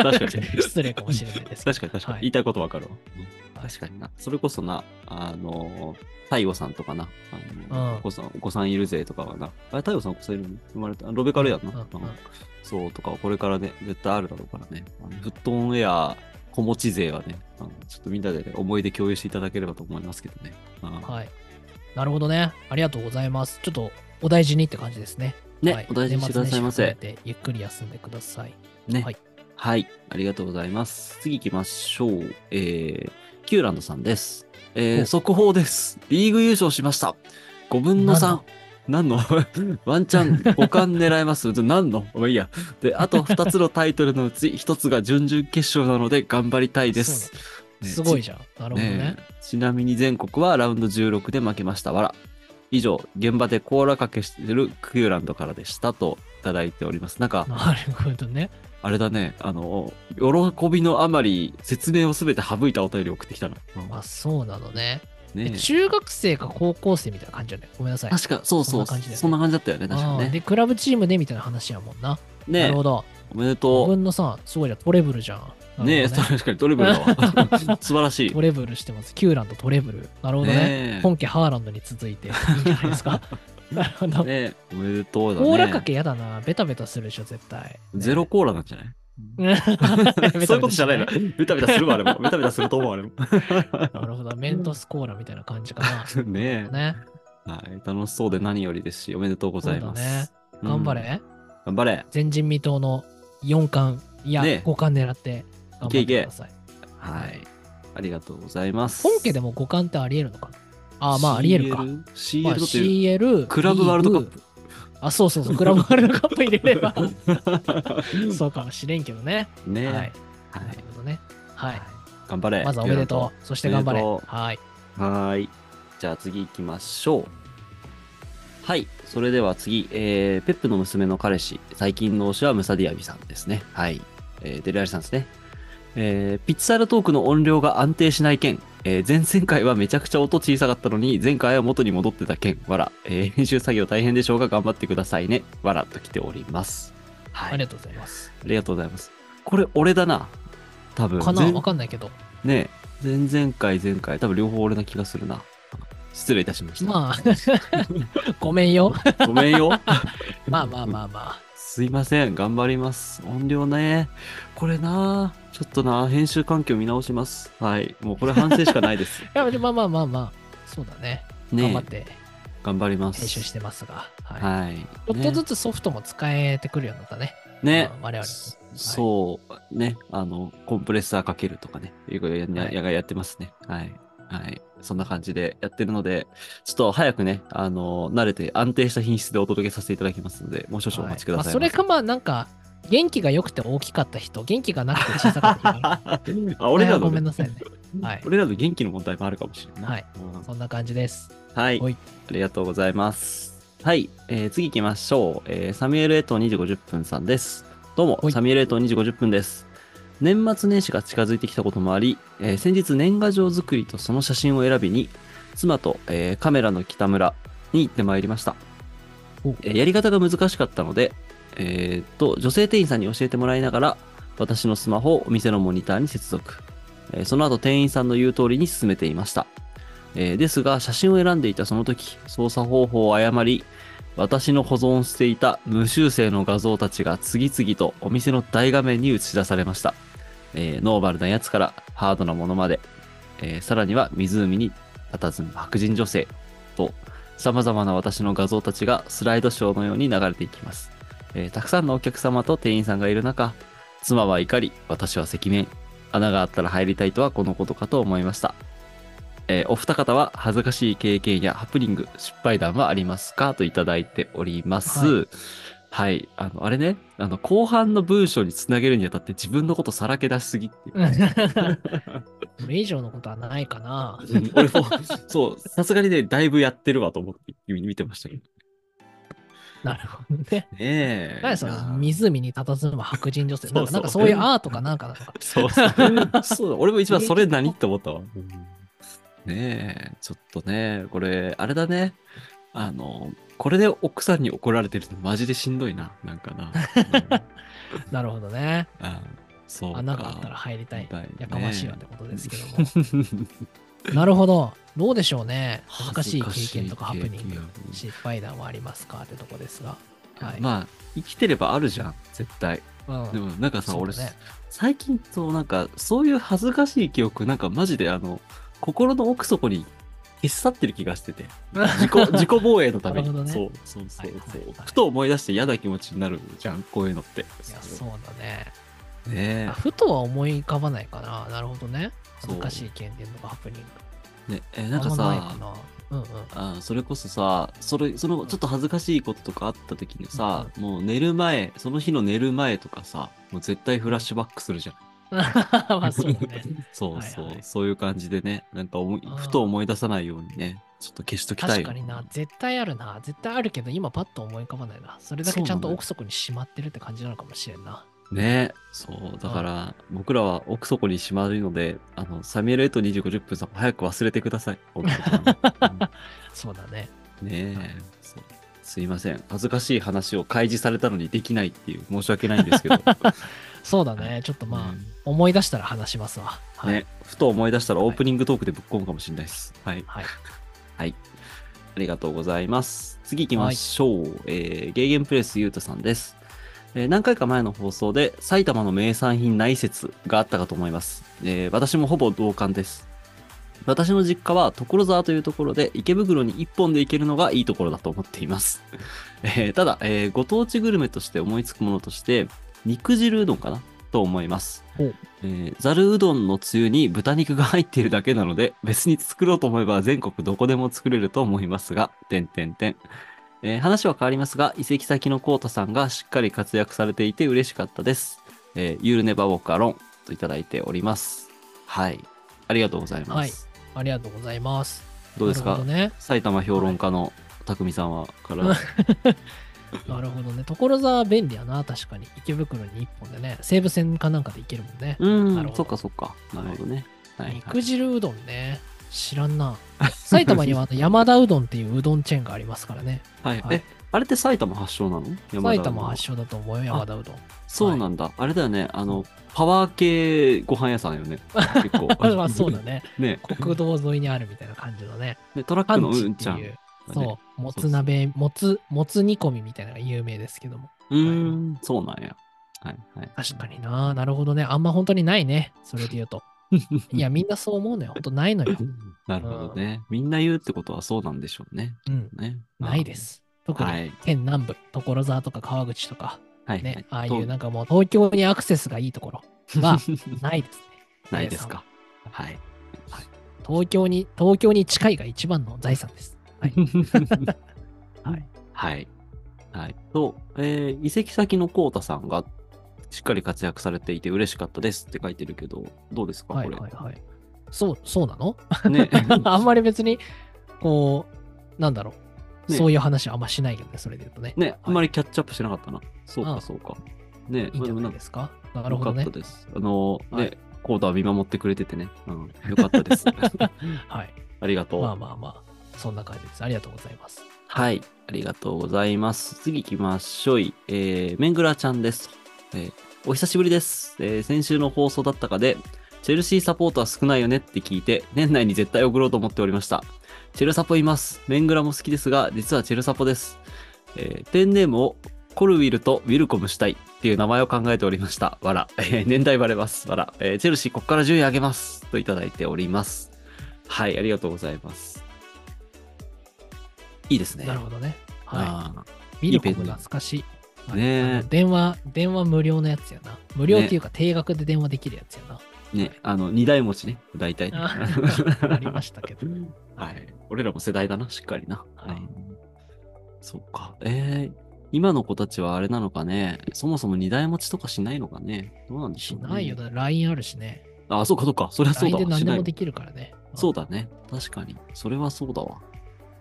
Speaker 2: に
Speaker 1: 失礼かもしれないですけど。
Speaker 2: 確かに確かに、
Speaker 1: はい
Speaker 2: 言いたいことわかるわ、
Speaker 1: はい
Speaker 2: 確かになそれこそなあの太陽さんとかなあの、
Speaker 1: うん
Speaker 2: お子さんお子さんいるぜとかはなあれ太陽さんお子さんいるの生まれたロベカルやんな、
Speaker 1: うんうん
Speaker 2: うんそうとかこれからね絶対あるだろうからねあのフットオンエア子持ち勢はねあのちょっとみんなで、ね、思い出共有していただければと思いますけどね、うん
Speaker 1: はい。なるほどね。ありがとうございます。ちょっと、お大事にって感じですね。
Speaker 2: ね、
Speaker 1: はい
Speaker 2: お大事にしてくださいませ、
Speaker 1: 年末年始含めてゆっくり休んでください。
Speaker 2: ね
Speaker 1: はい
Speaker 2: はい。ありがとうございます。次行きましょう。えー、キューランドさんです。えー、
Speaker 1: お
Speaker 2: 速報です。リーグ優勝しました。5分の3。何の <laughs> ワンチャン5冠狙えます。何のまあいいや。で、あと2つのタイトルのうち1つが準々決勝なので頑張りたいです。ね
Speaker 1: すごいじゃん。なるほどね
Speaker 2: ね。えちなみに全国はラウンド16で負けました。わら。以上、現場で甲羅かけしてるキューランドからでしたといただいております。なんか、
Speaker 1: <laughs> なるほどね。
Speaker 2: あれだね、あの、喜びのあまり説明をすべて省いたお便りを送ってきたな。
Speaker 1: まあそうなのね。
Speaker 2: ねえ
Speaker 1: 中学生か高校生みたいな感じだね。ごめんなさい。
Speaker 2: 確か、そうそ
Speaker 1: そんな
Speaker 2: う、
Speaker 1: 感じだよね
Speaker 2: そんな感じだったよね、確か
Speaker 1: あーで、
Speaker 2: ね。
Speaker 1: クラブチームでみたいな話やもんな。な
Speaker 2: ね
Speaker 1: るほど。
Speaker 2: おめで
Speaker 1: 5
Speaker 2: と
Speaker 1: 分の3、すごいじゃん。トレブルじゃん。なる
Speaker 2: う。
Speaker 1: ほど
Speaker 2: ね確かにドリブ
Speaker 1: <laughs>
Speaker 2: ルだわ。素晴らしい。
Speaker 1: トレブルしてます。キューランドトレブル。なるほどね。
Speaker 2: ね
Speaker 1: 本家ハーランドに続いて、いいんじゃないです
Speaker 2: <laughs>
Speaker 1: か。なるほ
Speaker 2: え
Speaker 1: ど。
Speaker 2: ねえおめでとうだね。
Speaker 1: コーラかけやだな。ベタベタするでしょ、絶対。
Speaker 2: ゼロコーラなんじゃない
Speaker 1: <laughs>
Speaker 2: そういうことじゃないの。ベタベタするわ、あれも。ベタベタすると
Speaker 1: <laughs>
Speaker 2: 思う、あれも。
Speaker 1: なるほど。メントスコーラみたいな感じか
Speaker 2: ねえ
Speaker 1: な。ね。
Speaker 2: はい。楽しそうで何よりですし、おめでとうございま
Speaker 1: そうだね
Speaker 2: す。うん
Speaker 1: 頑張。れ。
Speaker 2: 頑張れ。
Speaker 1: 前人未到の4冠、いや、
Speaker 2: ね
Speaker 1: 5冠狙って頑張ってください。
Speaker 2: はい。ありがとうございます。
Speaker 1: 本家でも5冠ってありえるのかなあ、まあありえるか。。ま
Speaker 2: CL
Speaker 1: あ
Speaker 2: だって、
Speaker 1: CL、
Speaker 2: クラブワールドカップ、
Speaker 1: リーグ。あ、そうそうそう、クラブワールドカップ入れればそうかもしれんけどね。
Speaker 2: <laughs> ね、
Speaker 1: は
Speaker 2: はいい。。
Speaker 1: なるほどね。はい。
Speaker 2: 頑張れ。
Speaker 1: まずはおめでとう。そして頑張れ
Speaker 2: おめで。と
Speaker 1: はい。
Speaker 2: う。はーい。じゃあ次行きましょう。はい。それでは次、えー、ペップの娘の彼氏、最近の推しはムサディアビさんですね。はい。えー、デリアリさんですね。えー、ピッツァルトークの音量が安定しない件、えー、前々回はめちゃくちゃ音小さかったのに、前回は元に戻ってた件、わら。えー、編集作業大変でしょうが頑張ってくださいね。わら、と来ております。はい。
Speaker 1: ありがとうございます。
Speaker 2: ありがとうございます。これ、俺だな。多分。
Speaker 1: かな
Speaker 2: 前
Speaker 1: わかんないけど。
Speaker 2: ねえ前々回、前回、多分両方俺な気がするな。失礼いたしました。
Speaker 1: まあ、 <laughs> ごめん
Speaker 2: <laughs>
Speaker 1: よ。
Speaker 2: ごめんよ。
Speaker 1: まあまあまあま
Speaker 2: すいません。頑張ります。音量ね。これなちょっとな編集環境見直します。はい。もうこれ反省しかない
Speaker 1: <laughs>
Speaker 2: です。
Speaker 1: あ。いやでまあまあまあまあ、そうだね。
Speaker 2: ね
Speaker 1: 頑
Speaker 2: え
Speaker 1: 張って
Speaker 2: 頑張ります。
Speaker 1: 編集してますが。はい
Speaker 2: はい。
Speaker 1: ちょっとず
Speaker 2: ね
Speaker 1: つソフトも使えてくるようになったね。
Speaker 2: ね
Speaker 1: まあ我々。
Speaker 2: そう、ね、あの、コンプレッサーかけるとかね、いうことや、や
Speaker 1: はい
Speaker 2: やがやってますね。はい。はい。そんな感じでやってるので、ちょっと早くね、あの、慣れて安定した品質でお届けさせていただきますので、もう少々お待ちく
Speaker 1: はま
Speaker 2: ださいま
Speaker 1: あ、
Speaker 2: せ。
Speaker 1: それかまあなんか元気が良くて大きかった人元気がなくて小さかった人
Speaker 2: <laughs> あ、俺らの、
Speaker 1: ごめんなさいね。
Speaker 2: <laughs>
Speaker 1: はい
Speaker 2: 俺らの元気の問題もあるかもしれない。
Speaker 1: はい
Speaker 2: うん
Speaker 1: そんな感じです。
Speaker 2: はい、
Speaker 1: はい
Speaker 2: ありがとうございます。はい。えー次行きましょう。えーサミュエル・エト2時50分さんです。どうも、
Speaker 1: はい
Speaker 2: サミュエル・エト2時50分です。年末年始が近づいてきたこともあり、えー先日年賀状作りとその写真を選びに、妻と、えーカメラの北村に行ってまいりました。
Speaker 1: お
Speaker 2: えーやり方が難しかったので、えーっと、女性店員さんに教えてもらいながら、私のスマホをお店のモニターに接続。えーその後店員さんの言う通りに進めていました。えーですが、写真を選んでいたその時、操作方法を誤り、私の保存していた無修正の画像たちが次々とお店の大画面に映し出されました。えーノーマルなやつからハードなものまで、えーさらには湖に佇む白人女性と、様々な私の画像たちがスライドショーのように流れていきます。えーたくさんのお客様と店員さんがいる中、妻は怒り、私は赤面。穴があったら入りたいとはこのことかと思いました。えーお二方は恥ずかしい経験やハプニング、失敗談はありますかといただいております。はい、あの、あれね、あの、後半の文章につなげるにあたって自分のことさらけ出しすぎって <laughs> いう。
Speaker 1: それ以上のことはないかな。
Speaker 2: うん俺も、そう、さすがにね、だいぶやってるわと思って見てましたけど。
Speaker 1: なるほどね。
Speaker 2: ねえ。
Speaker 1: 何そ
Speaker 2: いや
Speaker 1: の湖に佇む白人女性。
Speaker 2: そ
Speaker 1: な
Speaker 2: うんそ
Speaker 1: か
Speaker 2: う
Speaker 1: なんかそういうアートかなんかなのか。
Speaker 2: そうそう。そうだ俺も
Speaker 1: <laughs>
Speaker 2: 一番それ何って思ったわ。ねえ、ちょっとね、これ、あれだね。あの、これで奥さんに怒られてるのマジでしんどいな。なんか
Speaker 1: <laughs>
Speaker 2: な。うん
Speaker 1: なるほどね。
Speaker 2: あそうか。
Speaker 1: 穴があったら入りたい。
Speaker 2: ね
Speaker 1: やかましいわってことですけども。なるほど。どうでしょうね。恥ずかしい経験とかハ
Speaker 2: 恥
Speaker 1: プ
Speaker 2: ずか
Speaker 1: ニン
Speaker 2: しい経
Speaker 1: グ
Speaker 2: 験、
Speaker 1: 失敗談はありますかってとこですが。はい。
Speaker 2: まあ、生きてればあるじゃん、絶対。
Speaker 1: うん
Speaker 2: でも、なんかさ、
Speaker 1: そう
Speaker 2: 俺
Speaker 1: だね、
Speaker 2: 最近と、なんか、そういう恥ずかしい記憶、なんか、マジで、あの、心の奥底に消し去ってる気がしてて。自
Speaker 1: <laughs>
Speaker 2: 己自己防衛のために。
Speaker 1: なるほどね
Speaker 2: そうそう
Speaker 1: は
Speaker 2: そうそう、
Speaker 1: いはいはい
Speaker 2: ふと思い出して嫌な気持ちになるじゃん、こういうのって。
Speaker 1: いや、そうだね。
Speaker 2: ねえ
Speaker 1: あふとは思い浮かばないかな。なるほどね。
Speaker 2: そ
Speaker 1: 恥
Speaker 2: う
Speaker 1: ずかしい経験とかハプニング。
Speaker 2: ねえーなんか
Speaker 1: あまないか
Speaker 2: さ、
Speaker 1: なうんうん。
Speaker 2: <laughs> あそれこそさそれそのちょっと恥ずかしいこととかあった時にさ、もう寝る前その日の寝る前とかさもう絶対フラッシュバックするじゃん
Speaker 1: まあそうだね。
Speaker 2: <laughs> そうそう、
Speaker 1: はいはい
Speaker 2: そういう感じでねなんか思い
Speaker 1: あー
Speaker 2: ふと思い出さないようにねちょっと消しときたい
Speaker 1: 確
Speaker 2: よ
Speaker 1: かにな、絶対あるな。絶対あるけど、今パッと思い浮かばないな。それだけちゃんと奥底にしまってるって感じなのかもしれんな。
Speaker 2: ねそうだから僕らは奥底にしまるのであのサミュエル・エト2 50分さん早く忘れてください本当に
Speaker 1: そうだね。 <laughs>
Speaker 2: うんねえそうすいません恥ずかしい話を開示されたのにできないっていう申し訳ないんですけど
Speaker 1: そうだね。ちょっとまあ、
Speaker 2: うん
Speaker 1: 思い出したら話しますわ。はい。
Speaker 2: ね、ふと思い出したらオープニングトークでぶっ込むかもしれないです。はい。
Speaker 1: はい。
Speaker 2: <laughs> はい。ありがとうございます。次行きましょう。えー、ゲーゲンプレスゆうたさんです。えー何回か前の放送で埼玉の名産品内説があったかと思います。えー私もほぼ同感です。私の実家は所沢というところで池袋に一本で行けるのがいいところだと思っています。 <laughs> えーただ、えーご当地グルメとして思いつくものとして肉汁うどんかなと思います
Speaker 1: ほう。
Speaker 2: えーざるうどんのつゆに豚肉が入っているだけなので別に作ろうと思えば全国どこでも作れると思いますが、点点点。えー話は変わりますが、移籍先のコウタさんがしっかり活躍されていて嬉しかったです。えー、ゆるねばぼかろんといただいております。はい。ありがとうございます。
Speaker 1: はいありがとうございます。
Speaker 2: どうです
Speaker 1: な
Speaker 2: か、
Speaker 1: るほどね。
Speaker 2: 埼玉評論家の匠さんは
Speaker 1: <laughs>
Speaker 2: から。
Speaker 1: なるほどね。所沢便利やな、確かに。池袋に一本でね。西武線かなんかで行けるもんね。
Speaker 2: う
Speaker 1: なんる、ほど
Speaker 2: そっかそっか。なるほどね。はいはい
Speaker 1: 肉汁うどんね。知らんな。埼玉にはあの山田うどんっていううどんチェーンがありますからね。
Speaker 2: はい
Speaker 1: はい
Speaker 2: え、あれって埼玉発祥なの
Speaker 1: 埼
Speaker 2: 山田うどん
Speaker 1: 玉発祥だと思うよ、山田うどん。。
Speaker 2: そうなんだ。あれだよね。あの、パワー系ご飯屋さんよね。結構
Speaker 1: <laughs> まあそうだ。ね。
Speaker 2: <laughs> ね
Speaker 1: 国道沿いにあるみたいな感じのね。
Speaker 2: ねトラッ
Speaker 1: パ
Speaker 2: クの
Speaker 1: ン
Speaker 2: う
Speaker 1: チっ
Speaker 2: ん
Speaker 1: て
Speaker 2: ちゃん。
Speaker 1: いう、
Speaker 2: だね
Speaker 1: そう、もつ鍋、もつ、もつ煮込みみたいなのが有名ですけども。
Speaker 2: うーん、そうなんや。はいはい。
Speaker 1: 確かにな、なるほどね。あんま本当にないね。それで言うと。 <laughs> いや、みんなそう思うのよ。本当ないのよ。
Speaker 2: <laughs> なるほどね。みんな言うってことはそうなんでしょうね。
Speaker 1: うん、
Speaker 2: ね。
Speaker 1: ないで。す。特
Speaker 2: は
Speaker 1: に
Speaker 2: い。
Speaker 1: 県南部、所沢とか川口とか、
Speaker 2: はいはい、
Speaker 1: ね、ああい
Speaker 2: と
Speaker 1: うなんかもう東京にアクセスがいいところはないですね。
Speaker 2: ないですか。
Speaker 1: <laughs>
Speaker 2: はい。
Speaker 1: 東京に、東京に近いが一番の財産です。はい。
Speaker 2: はい。はい。はい。と、えー移籍先のコウタさんが、しっかり活躍されていて嬉しかったですって書いてるけど、どうですか、
Speaker 1: はい
Speaker 2: こ
Speaker 1: はいはい。そう、そうなの
Speaker 2: れ。ね
Speaker 1: <laughs> あんまり別に、こう、なんだろう、
Speaker 2: ね
Speaker 1: そういう話はあんましないけどね、それで言うとね。
Speaker 2: ね、あんま
Speaker 1: り
Speaker 2: りキャッチアップしてなかったな。そう
Speaker 1: あ
Speaker 2: か、
Speaker 1: あ
Speaker 2: そうか。ね、
Speaker 1: いいんじゃ
Speaker 2: ま
Speaker 1: ないで
Speaker 2: あでも
Speaker 1: すか。な
Speaker 2: な
Speaker 1: るほど
Speaker 2: よ
Speaker 1: ね
Speaker 2: かった。です。あのー、
Speaker 1: は
Speaker 2: ね、コウタは見守ってくれててね。うん、よかっ
Speaker 1: <laughs>
Speaker 2: たです。
Speaker 1: はい。
Speaker 2: ありがとう。
Speaker 1: まあまあまあ、そんな感じです。ありがとうございます。
Speaker 2: はい、ありがとうございます。次行きましょうい。えー、メングラちゃんです。えーお久しぶりです。えー先週の放送だったかで、チェルシーサポートは少ないよねって聞いて、年内に絶対送ろうと思っておりました。チェルサポいます。メングラも好きですが、実はチェルサポです。えーペンネームをコルウィルとウィルコムしたいっていう名前を考えておりました。わら。えー年代バレます。わら。えーチェルシーこっから10位上げます。といただいております。はい、ありがとうございます。いいですね。
Speaker 1: なるほどね。は
Speaker 2: あ
Speaker 1: い。ミルコム懐かしい。
Speaker 2: ーね
Speaker 1: あの電話、電話無料のやつやな。無料っていうか定額で電話できるやつやな。
Speaker 2: え、ね、あの、二台持ちね、大体。
Speaker 1: あ <laughs> ありましたけど。
Speaker 2: はい。俺らも世代だな、しっかりな。
Speaker 1: はい
Speaker 2: うんそっか。えー、今の子たちはあれなのかね、そもそも二台持ちとかしないのかね。どうなんで <laughs> し
Speaker 1: し
Speaker 2: ょう、ね。
Speaker 1: ないよな、LINE あるしね。
Speaker 2: あ、そうか、そうか。そりゃそう
Speaker 1: LINE
Speaker 2: だ
Speaker 1: で
Speaker 2: わ。
Speaker 1: 何
Speaker 2: し
Speaker 1: で
Speaker 2: ない
Speaker 1: も
Speaker 2: わ
Speaker 1: できるからね。
Speaker 2: そうだね。確かに。それはそうだわ。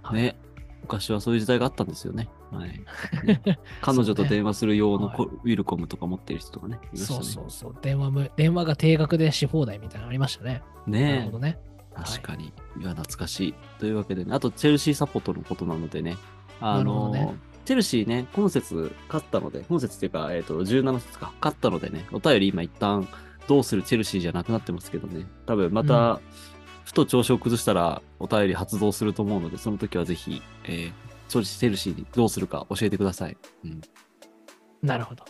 Speaker 1: はい
Speaker 2: ね。昔はそういう時代があったんですよね。はい。
Speaker 1: <laughs>
Speaker 2: 彼女と電話する用のコウィルコムとか持ってる人とかね。いました
Speaker 1: そ
Speaker 2: ね
Speaker 1: うそうそう。電話無電話が定額でし放題みたいなのありましたね。なる
Speaker 2: ね
Speaker 1: ほどね。はい
Speaker 2: 確かに。いや、懐かしい。というわけでね、あとチェルシーサポートのことなのでね、あ
Speaker 1: なるほど
Speaker 2: の、
Speaker 1: ね
Speaker 2: チェルシーね、今節勝ったので、今節っていうか、えっ、と、17節か、勝ったのでね、お便り今一旦、どうするチェルシーじゃなくなってますけどね、多分また、ふと調子を崩したら、お便り発動すると思うので、その時はぜひ、えー、チェルシーにどうするか教えてください。うん。
Speaker 1: なるほど。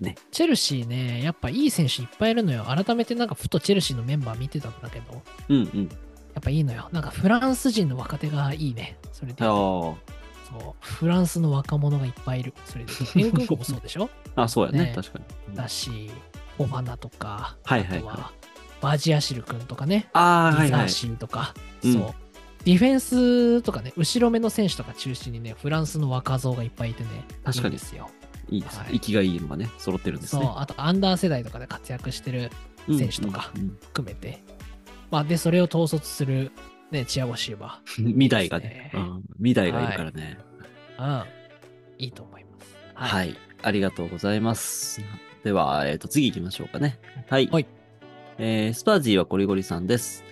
Speaker 2: ね
Speaker 1: チェルシーね、やっぱいい選手いっぱいいるのよ。改めてなんかふとチェルシーのメンバー見てたんだけど、や
Speaker 2: うんうん。
Speaker 1: っぱいいのよ。なんかフランス人の若手がいいね。それで言うと。
Speaker 2: あ
Speaker 1: そうフランスの若者がいっぱいいる。それで言うと。エンクンクもそうでしょ
Speaker 2: あ、あ、そうやね、
Speaker 1: ね
Speaker 2: 確かに。うん
Speaker 1: だし、オバナとか、
Speaker 2: はい
Speaker 1: あ
Speaker 2: はい
Speaker 1: と
Speaker 2: はい。
Speaker 1: はバジアシル君とかね。
Speaker 2: ああー、は
Speaker 1: ディ
Speaker 2: い
Speaker 1: ザ
Speaker 2: は
Speaker 1: ー
Speaker 2: い。
Speaker 1: シーとか、
Speaker 2: うん
Speaker 1: そう。ディフェンスとかね、後ろ目の選手とか中心にね、フランスの若造がいっぱいいてね、
Speaker 2: 確かに
Speaker 1: いいんですよ。
Speaker 2: いいですね
Speaker 1: は。い
Speaker 2: 息がいいのがね、揃ってるんです
Speaker 1: そう、
Speaker 2: ね。
Speaker 1: あとアンダー世代とかで活躍してる
Speaker 2: うん
Speaker 1: 選手とか
Speaker 2: うんうん
Speaker 1: 含めて、まあ、で、それを統率する、ね、チアゴ・シューバ
Speaker 2: 未来が
Speaker 1: で、
Speaker 2: ね
Speaker 1: す
Speaker 2: う
Speaker 1: ね
Speaker 2: ん、未来がいるからね。
Speaker 1: ー。うん。いいと思います。。
Speaker 2: はいい、ありがとうございます。では、えっ、と、次行きましょうかね。はい。
Speaker 1: はい
Speaker 2: えースパージーはゴリゴリさんです。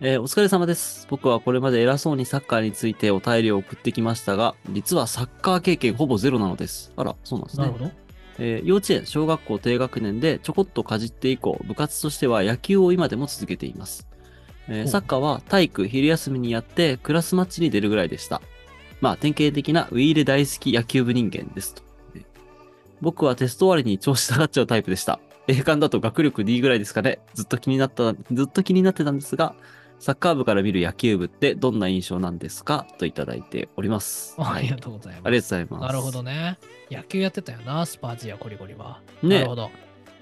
Speaker 2: えーお疲れ様です。僕はこれまで偉そうにサッカーについてお便りを送ってきましたが、実はサッカー経験ほぼゼロなのです。あら、そうなんです
Speaker 1: な
Speaker 2: ね。
Speaker 1: るほど。
Speaker 2: えー幼稚園、小学校低学年でちょこっとかじって以降、部活としては野球を今でも続けています。えー
Speaker 1: ほう
Speaker 2: サッカーは体育、昼休みにやって、クラスマッチに出るぐらいでした。まあ、典型的なウィーレ大好き野球部人間ですと。ね僕はテスト終わりに調子下がっちゃうタイプでした。栄冠だと学力 D ぐらいですかね。ずっと気になった、ずっと気になってたんですが、サッカー部から見る野球部ってどんな印象なんですかといただいております。
Speaker 1: <laughs> あ
Speaker 2: はい。
Speaker 1: りが
Speaker 2: ありがと
Speaker 1: とうございます。
Speaker 2: うございます。
Speaker 1: なるほどね。野球やってたよな、スパージやコリコリは。
Speaker 2: ね
Speaker 1: なるほど。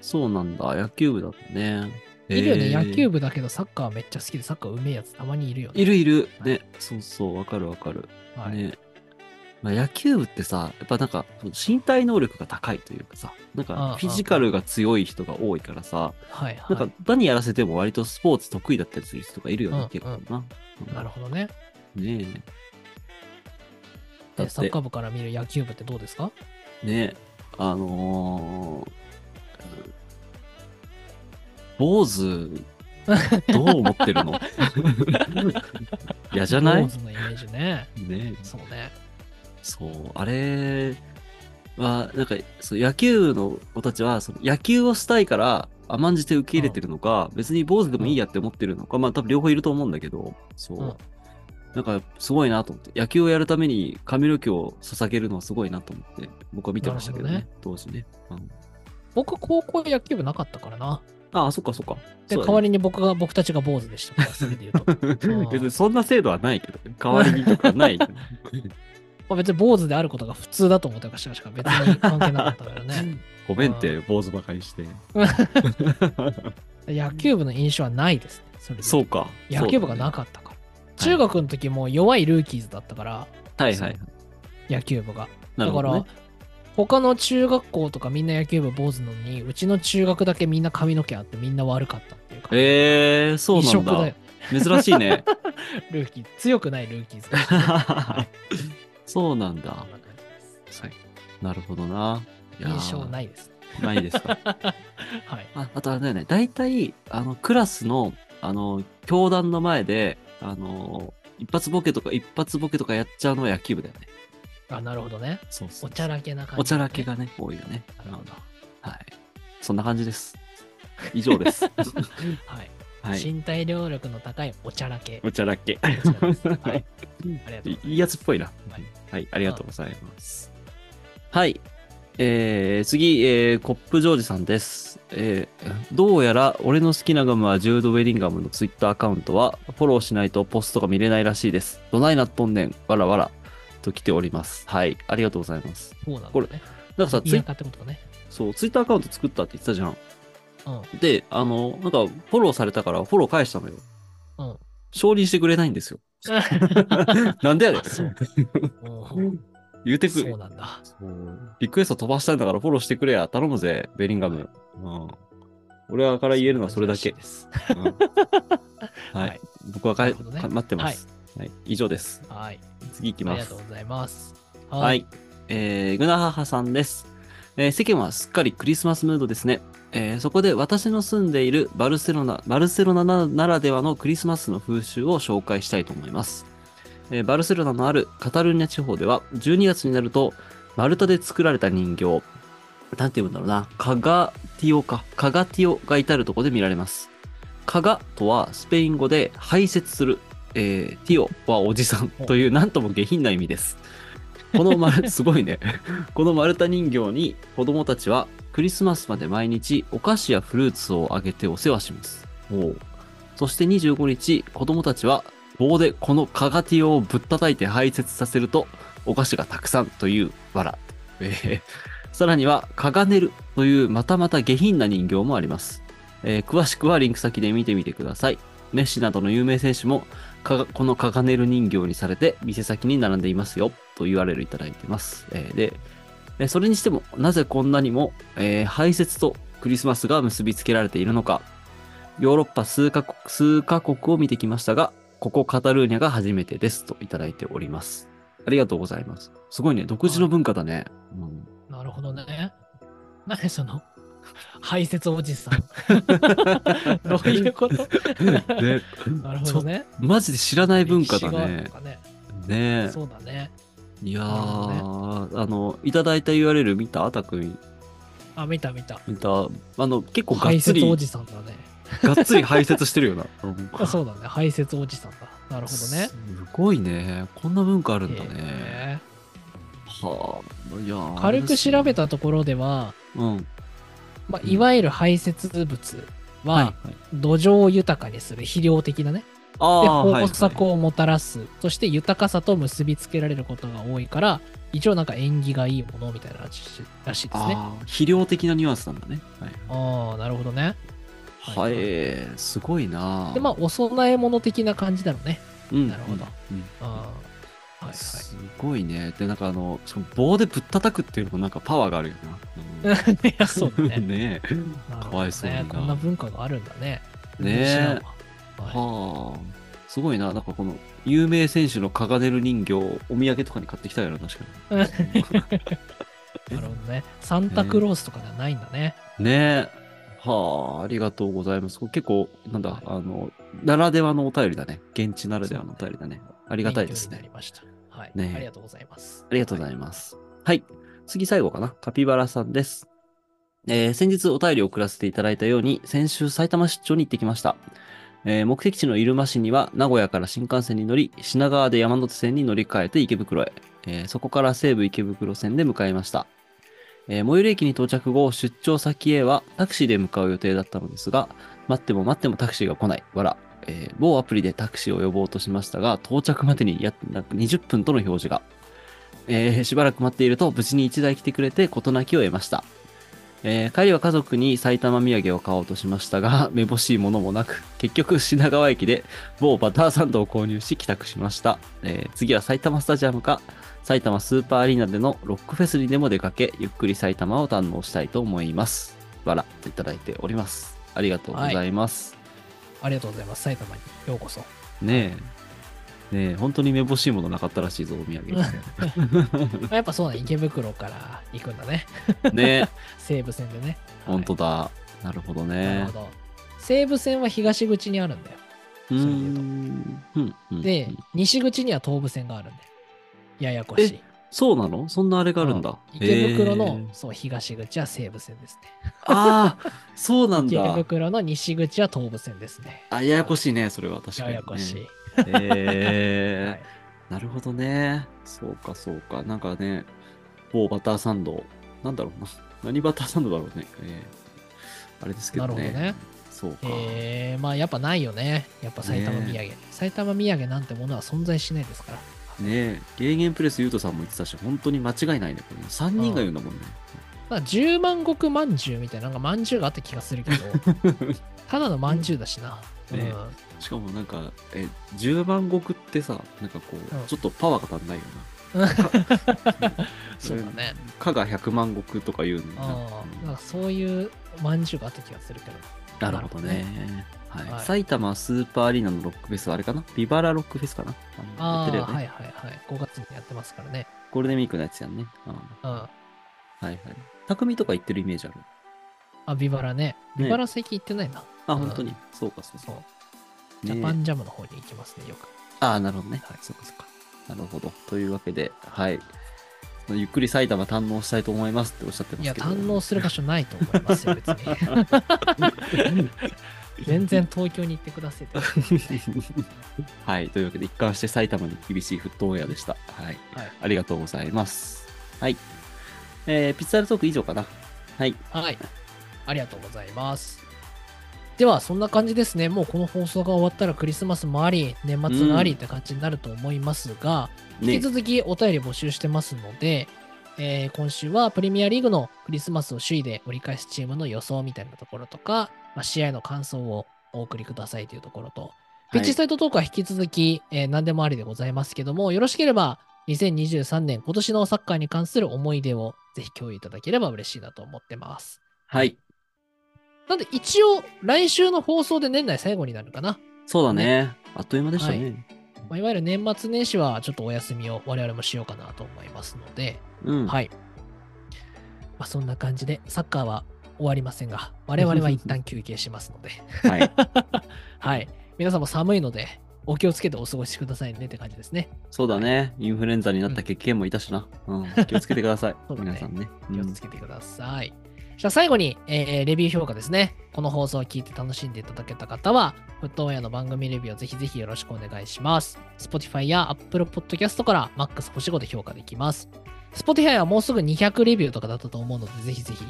Speaker 2: そうなんだ。野球部だったね。
Speaker 1: いるよね、
Speaker 2: えー
Speaker 1: 野球部だけどサッカーめっちゃ好きで、サッカーうめえやつたまにいるよね。
Speaker 2: いるいる。
Speaker 1: はい
Speaker 2: ね。そうそう。わかるわかる。
Speaker 1: はい。
Speaker 2: ね。まあ、野球部ってさ、やっぱなんか身体能力が高いというかさ、な
Speaker 1: あ
Speaker 2: んか
Speaker 1: あ
Speaker 2: フィジカルが強い人が多いからさ、
Speaker 1: はい、
Speaker 2: なん
Speaker 1: は
Speaker 2: か何やらせても割とスポーツ得意だったりする人とかいるよ
Speaker 1: うんう
Speaker 2: ね
Speaker 1: ん、
Speaker 2: 結構な。
Speaker 1: い。なるほどね。
Speaker 2: ねえ。だっ
Speaker 1: で
Speaker 2: て
Speaker 1: サッカー部から見る野球部ってどうですか
Speaker 2: ねあのー、坊主、どう思って
Speaker 1: <laughs>
Speaker 2: るの嫌じゃない
Speaker 1: 坊主のイメージね。
Speaker 2: ね
Speaker 1: そうね。
Speaker 2: そう、あれは、なんか、そう野球の子たちは、その野球をしたいから甘んじて受け入れてるのか、別に坊主でもいいやって思ってるのか、まあ多分両方いると思うんだけど、そう。
Speaker 1: うん
Speaker 2: なんか、すごいなと思って、野球をやるために髪の毛を捧げるのはすごいなと思って、僕は見てましたけどね、
Speaker 1: なる
Speaker 2: 当時ね。うん
Speaker 1: 僕、高校野球部なかったからな。
Speaker 2: ああ、そっかそっか。
Speaker 1: で、
Speaker 2: そうだね
Speaker 1: 代わりに僕が、僕たちが坊主で
Speaker 2: <laughs>
Speaker 1: したから、それで言うと。うん <laughs>
Speaker 2: 別にそんな制度はないけど、代わりにとかないけど。
Speaker 1: まあ、別に坊主であることが普通だと思ってましたから別に関係なかったから
Speaker 2: <laughs>
Speaker 1: ね。
Speaker 2: ごめんって、坊主ばかりして。
Speaker 1: 野球部の印象はないですね。それで
Speaker 2: そうか。
Speaker 1: 野球部が
Speaker 2: そう
Speaker 1: なかったから。中学の時も弱いルーキーズだったから、
Speaker 2: だね。はいはいはい。
Speaker 1: 野球部が。だ
Speaker 2: なる
Speaker 1: か
Speaker 2: ほど、
Speaker 1: ら
Speaker 2: ね。、
Speaker 1: 他の中学校とかみんな野球部坊主なのに、うちの中学だけみんな髪の毛あってみんな悪かったっていうか、
Speaker 2: えー、そう
Speaker 1: 異色
Speaker 2: な
Speaker 1: だ
Speaker 2: ん
Speaker 1: よ
Speaker 2: だ。。珍し
Speaker 1: <laughs>
Speaker 2: いね。
Speaker 1: ルーキー、強くないルーキー
Speaker 2: <laughs>
Speaker 1: ズ。
Speaker 2: そうなんだ
Speaker 1: そん。な感じです
Speaker 2: なるほどな。やー
Speaker 1: 印象ないですね。
Speaker 2: ないで
Speaker 1: <laughs>
Speaker 2: すか。
Speaker 1: はい。
Speaker 2: ああとあれだよね。大体、あの、クラスの、あの、教団の前で、あの、一発ボケとか、一発ボケとかやっちゃうのは野球部だよね。
Speaker 1: あ、なるほどね。
Speaker 2: そうそ
Speaker 1: おちゃらけな感じ、
Speaker 2: おちゃらけ。がね、多いよね。
Speaker 1: なるほど。
Speaker 2: はい。そんな感じです。以上 <laughs> です。
Speaker 1: はい。
Speaker 2: はい。
Speaker 1: 身体能力の高いおちゃら
Speaker 2: <laughs>
Speaker 1: け。
Speaker 2: おちゃらけ。
Speaker 1: こちらですはい。ありがとうござい
Speaker 2: い
Speaker 1: ます。
Speaker 2: いやつっぽいな。
Speaker 1: はい
Speaker 2: はい、ありがとうございます。はい。えー、次、えーコップジョージさんです。えーどうやら俺の好きなガムはジュード・ウェリンガムのツイッターアカウントはフォローしないとポストが見れないらしいです。どないなっとんねん。わらわら。と来ております。はい。ありがとうございます。
Speaker 1: そうなん
Speaker 2: こ
Speaker 1: だ
Speaker 2: れ
Speaker 1: ね。
Speaker 2: なんかさ、ツ
Speaker 1: 田
Speaker 2: イ
Speaker 1: 舎ってことね。
Speaker 2: そうツイッターアカウント作ったって言ってたじゃん。
Speaker 1: うん。
Speaker 2: で、あの、なんかフォローされたからフォロー返したのよ。
Speaker 1: うん。
Speaker 2: 承認してくれないんです
Speaker 1: <laughs>
Speaker 2: よ。なんでやねん
Speaker 1: あそううん
Speaker 2: 言うてく
Speaker 1: そうなんだ。
Speaker 2: そうリクエスト飛ばしたんだからフォローしてくれや。頼むぜ、ベリンガム。うん。俺はから言えるのはそれだけ。
Speaker 1: <laughs>
Speaker 2: うんは
Speaker 1: はい
Speaker 2: い。僕はか
Speaker 1: なるほどね
Speaker 2: か待ってます。はい。以上です。
Speaker 1: はい。
Speaker 2: 次行き
Speaker 1: あり
Speaker 2: ま
Speaker 1: が
Speaker 2: す
Speaker 1: とう。ございます。
Speaker 2: は。い。えー、グナハハさんです。えー世間はすっかりクリスマスムードですね。えーそこで私の住んでいるバルセロナ、バルセロナなならではのクリスマスの風習を紹介したいと思います。えーバルセロナのあるカタルーニャ地方では、12月になると、丸太で作られた人形、なんて言うんだろうな、カガティオか、カガティオが至るところで見られます。カガとはスペイン語で排泄する、えーティオはおじさんというなんとも下品な意味です。この丸、すごいね。 <laughs> この丸太人形に子供たちはクリスマスまで毎日お菓子やフルーツをあげてお世話します。そして25日、子供たちは棒でこのカガティオをぶったたいて排泄させるとお菓子がたくさんというわら。えーさらにはカガネルというまたまた下品な人形もあります。えー詳しくはリンク先で見てみてください。メッシなどの有名選手もかがこのカガネル人形にされて店先に並んでいますよと URL いただいてます。えーで、えーそれにしてもなぜこんなにも、えー排泄とクリスマスが結びつけられているのか、ヨーロッパ数カ国数カ国を見てきましたが、ここカタルーニャが初めてですといただいております。ありがとうございます。すごいね、独自の文化だね。うん
Speaker 1: なるほどね。何その、排泄おじさ
Speaker 2: <laughs>
Speaker 1: ん。どういうこと
Speaker 2: ね
Speaker 1: <laughs> なるほどね。
Speaker 2: マジで知らない文化だね
Speaker 1: 歴史。があるのか
Speaker 2: ね
Speaker 1: そうだね。
Speaker 2: いや
Speaker 1: なる
Speaker 2: ー、あの、いただいた URL 見たたくん
Speaker 1: あ、見た見た。
Speaker 2: 見たあの、結構が
Speaker 1: 排
Speaker 2: っつり、
Speaker 1: 泄お
Speaker 2: が
Speaker 1: じさんだね。
Speaker 2: っつり排泄し
Speaker 1: <laughs>
Speaker 2: てるよな。
Speaker 1: あそうだね。排泄おじさんだ。なるほどね
Speaker 2: す。ごいね。こんな文化あるんだね。
Speaker 1: へ
Speaker 2: はあ、いやー
Speaker 1: ー軽く調べたところでは、
Speaker 2: うん。
Speaker 1: まあ、
Speaker 2: うん
Speaker 1: いわゆる排泄物は
Speaker 2: はい。
Speaker 1: 土壌を豊かにする肥料的なね、
Speaker 2: あ
Speaker 1: で
Speaker 2: あ、はい、は
Speaker 1: 豊
Speaker 2: い。
Speaker 1: 作をもたらす、そして豊かさと結びつけられることが多いから一応なんか縁起がいいものみたいならしらしいですね
Speaker 2: ああ、肥料的なニュアンスなんだね。はい。
Speaker 1: ああなるほどね
Speaker 2: はい、えーすごいな
Speaker 1: でまあお供え物的な感じだろうね
Speaker 2: うん
Speaker 1: なるほど。
Speaker 2: うん
Speaker 1: ああはいはい
Speaker 2: すごいね。で、なんかあの、しかも棒でぶったたくっていうのもなんかパワーがあるよ
Speaker 1: <laughs>
Speaker 2: な。
Speaker 1: いやそうだね
Speaker 2: <laughs> ねえ
Speaker 1: なるほどね
Speaker 2: かわいそうにな
Speaker 1: こんな文化があるんだね
Speaker 2: ね
Speaker 1: 知
Speaker 2: え
Speaker 1: らんわはい
Speaker 2: はあ。すごいな。なんかこの、有名選手のカガネル人形、お土産とかに買ってきたよな、確か
Speaker 1: なるほどねサンタクロースとかではないんだね <laughs>
Speaker 2: に。ねえ。はあ、ありがとうございます。これ結構、なんだ、あの、ならではのお便りだね。現地ならではのお便りだね。あり
Speaker 1: あ
Speaker 2: がたいですね
Speaker 1: なり。ましたはい
Speaker 2: ねえ
Speaker 1: ありがとうございます
Speaker 2: ありがとうございます。はい。次最後かな。カピバラさんです。えー先日お便りを送らせていただいたように、先週埼玉出張に行ってきました。えー目的地の入間市には名古屋から新幹線に乗り、品川で山手線に乗り換えて池袋へ。えーそこから西武池袋線で向かいました。えー最寄り駅に到着後、出張先へはタクシーで向かう予定だったのですが、待っても待ってもタクシーが来ない。わら。えー某アプリでタクシーを呼ぼうとしましたが、到着までに約20分との表示が。えーしばらく待っていると無事に一台来てくれて事なきを得ました。えー帰りは家族に埼玉土産を買おうとしましたが、 <laughs> めぼしいものもなく、結局品川駅で某バターサンドを購入し帰宅しました。えー次は埼玉スタジアムか、埼玉スーパーアリーナでのロックフェスにでも出かけ、ゆっくり埼玉を堪能したいと思います。わら、いただいております。ありがとうございます。
Speaker 1: ありがとうございます。埼玉にようこ
Speaker 2: <laughs>
Speaker 1: そ。
Speaker 2: ねえ。ねえ、本当にめぼしいものなかったらしいぞ、お
Speaker 1: <laughs>
Speaker 2: 土産。
Speaker 1: あやっぱそうだ、池袋から行くんだね。
Speaker 2: ねえ、
Speaker 1: 西武線でね。
Speaker 2: 本当だ。なるほど
Speaker 1: はいなる
Speaker 2: ね
Speaker 1: ほ。ど。西武線は東口にあるんだよ。
Speaker 2: うー
Speaker 1: ど
Speaker 2: ん。うんうん
Speaker 1: で
Speaker 2: うん、
Speaker 1: 西口には東武線があるんだよ。ややこしい。
Speaker 2: そうなのそんなあれがあるんだ。
Speaker 1: 池袋
Speaker 2: へ
Speaker 1: の
Speaker 2: ー、
Speaker 1: そう、東口は西武線ですね。
Speaker 2: ああ、そうなん
Speaker 1: 池
Speaker 2: だ。
Speaker 1: 袋の西口は東武線ですね。
Speaker 2: あ、ややこしいね、それは確かに、
Speaker 1: ややこしい。。
Speaker 2: えー
Speaker 1: はい
Speaker 2: なるほどね。そうか、そうか。なんかね、某バターサンド、なんだろうな。何バターサンドだろうね。えーあれですけど
Speaker 1: なる
Speaker 2: ね。
Speaker 1: ほどね。
Speaker 2: そうか。
Speaker 1: えー、まあやっぱないよね。やっぱ埼玉土産。埼玉土産なんてものは存在しないですから。
Speaker 2: ねえ、ゲーゲンプレスゆうとさんも言ってたし、本当に間違いないね。これ3人が言うんだもんね。
Speaker 1: まあ、十万石まんじゅうみたいな、なんかまんじゅうがあった気がするけど、
Speaker 2: <laughs>
Speaker 1: ただのまんじゅうだしな。う
Speaker 2: ね
Speaker 1: ん
Speaker 2: しかもなんか、え、10番石ってさ、なんかこう、
Speaker 1: うん
Speaker 2: ちょっとパワーが足んないよ
Speaker 1: うん
Speaker 2: な。
Speaker 1: <laughs> そうだね。
Speaker 2: かが100万石とか言うのに
Speaker 1: あーなん
Speaker 2: な
Speaker 1: かそういうまんじゅうがあった気がするけど。
Speaker 2: なるほどね。はい
Speaker 1: はい
Speaker 2: 埼玉スーパーアリーナのロックフェスはあれかなビバラロックフェスかな
Speaker 1: あ
Speaker 2: や
Speaker 1: あ、
Speaker 2: ってるよね
Speaker 1: はいはいはい。5月にやってますからね。
Speaker 2: ゴールデンウィークのやつやんね。うんは
Speaker 1: うん。
Speaker 2: いはい。匠とか行ってるイメージある。
Speaker 1: あ、ビバラね。
Speaker 2: ね
Speaker 1: ビバラ最近行ってないな。
Speaker 2: あ、
Speaker 1: うん
Speaker 2: 本当に。そうか、そう
Speaker 1: そ。
Speaker 2: そうう。
Speaker 1: ジ
Speaker 2: ね
Speaker 1: ャパンジャムの方に行きますね、よく。
Speaker 2: ああ、なるほどね。
Speaker 1: はい
Speaker 2: そうか、そうか。なるほど。というわけで、はい。ゆっくり埼玉堪能したいと思いますっておっしゃってま
Speaker 1: い
Speaker 2: す
Speaker 1: や、
Speaker 2: けど。
Speaker 1: 堪能する場所ないと思いますよ、別
Speaker 2: <laughs>
Speaker 1: に。全然東京に行ってくださいって感じですね
Speaker 2: はい。というわけで、一貫して埼玉に厳しいフットウェアでした。はい。
Speaker 1: はい
Speaker 2: ありがとうございます。はい。えー、ピッツァルトーク以上かな。はい。
Speaker 1: はい。ありがとうございます。では、そんな感じですね。もうこの放送が終わったらクリスマスもあり、年末がありって感じになると思いますが、引き
Speaker 2: ね。
Speaker 1: 続きお便り募集してますので、えー今週はプレミアリーグのクリスマスを首位で折り返すチームの予想みたいなところとか、まあ、試合の感想をお送りくださいというところと、ピッチサイトトークは引き続き、えー何でもありでございますけども、よろしければ2023年今年のサッカーに関する思い出をぜひ共有いただければ嬉しいなと思ってます。
Speaker 2: はい。
Speaker 1: なんで一応来週の放送で年内最後になるかな。
Speaker 2: そうだね。あっという間でしたね。
Speaker 1: まあ、いわゆる年末年始はちょっとお休みを我々もしようかなと思いますので、
Speaker 2: うん。
Speaker 1: はい。まあ、そんな感じで、サッカーは終わりませんが、我々は一旦休憩しますの
Speaker 2: <laughs>
Speaker 1: で、 <laughs>
Speaker 2: はい。
Speaker 1: はい。皆さんも寒いので、お気をつけてお過ごしくださいねって感じですね。。
Speaker 2: そうだね。インフルエンザになった経験もいたしな。うん。気をつけてください
Speaker 1: <laughs> そうだね
Speaker 2: 皆さんね。
Speaker 1: 気をつけてください。じゃあ最後に、えーレビュー評価ですね。この放送を聞いて楽しんでいただけた方は、フットウェアの番組レビューをぜひぜひよろしくお願いします。Spotify や Apple Podcast から MAX 星5で評価できます。Spotify はもうすぐ200レビューとかだったと思うので、ぜひぜひ、
Speaker 2: う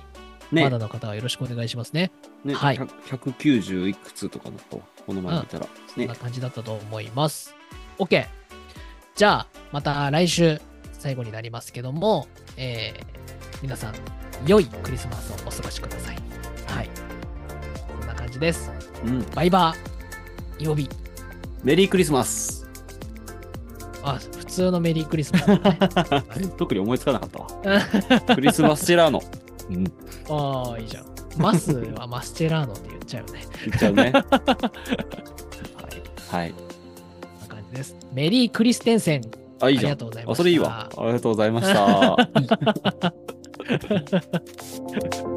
Speaker 2: んね
Speaker 1: まだの方はよろしくお願いしますね。
Speaker 2: ね、
Speaker 1: はい
Speaker 2: 100 190いくつとかのこの前見たら、
Speaker 1: そん
Speaker 2: ね
Speaker 1: な、感じだったと思います。OK。じゃあ、また来週、最後になりますけども、えー皆さん、良いクリスマスをお過ごしください。はい。こんな感じです。
Speaker 2: うん、
Speaker 1: バイバー。曜日。
Speaker 2: メリークリスマス
Speaker 1: あ、普通のメリークリスマスだ
Speaker 2: <laughs>
Speaker 1: ね。
Speaker 2: 特に思いつかなかったわクリスマスチェラー
Speaker 1: <laughs>
Speaker 2: ノうん言
Speaker 1: ああ、いいじゃん。マスはマスチェラーノって言っちゃうよね。
Speaker 2: っちゃうね
Speaker 1: はい。
Speaker 2: はい
Speaker 1: こんな感じです。メリークリステンセン。
Speaker 2: あいい
Speaker 1: あ
Speaker 2: じ
Speaker 1: りが
Speaker 2: ゃん
Speaker 1: とうございました。
Speaker 2: あそれいいわありがとうございました
Speaker 1: わ。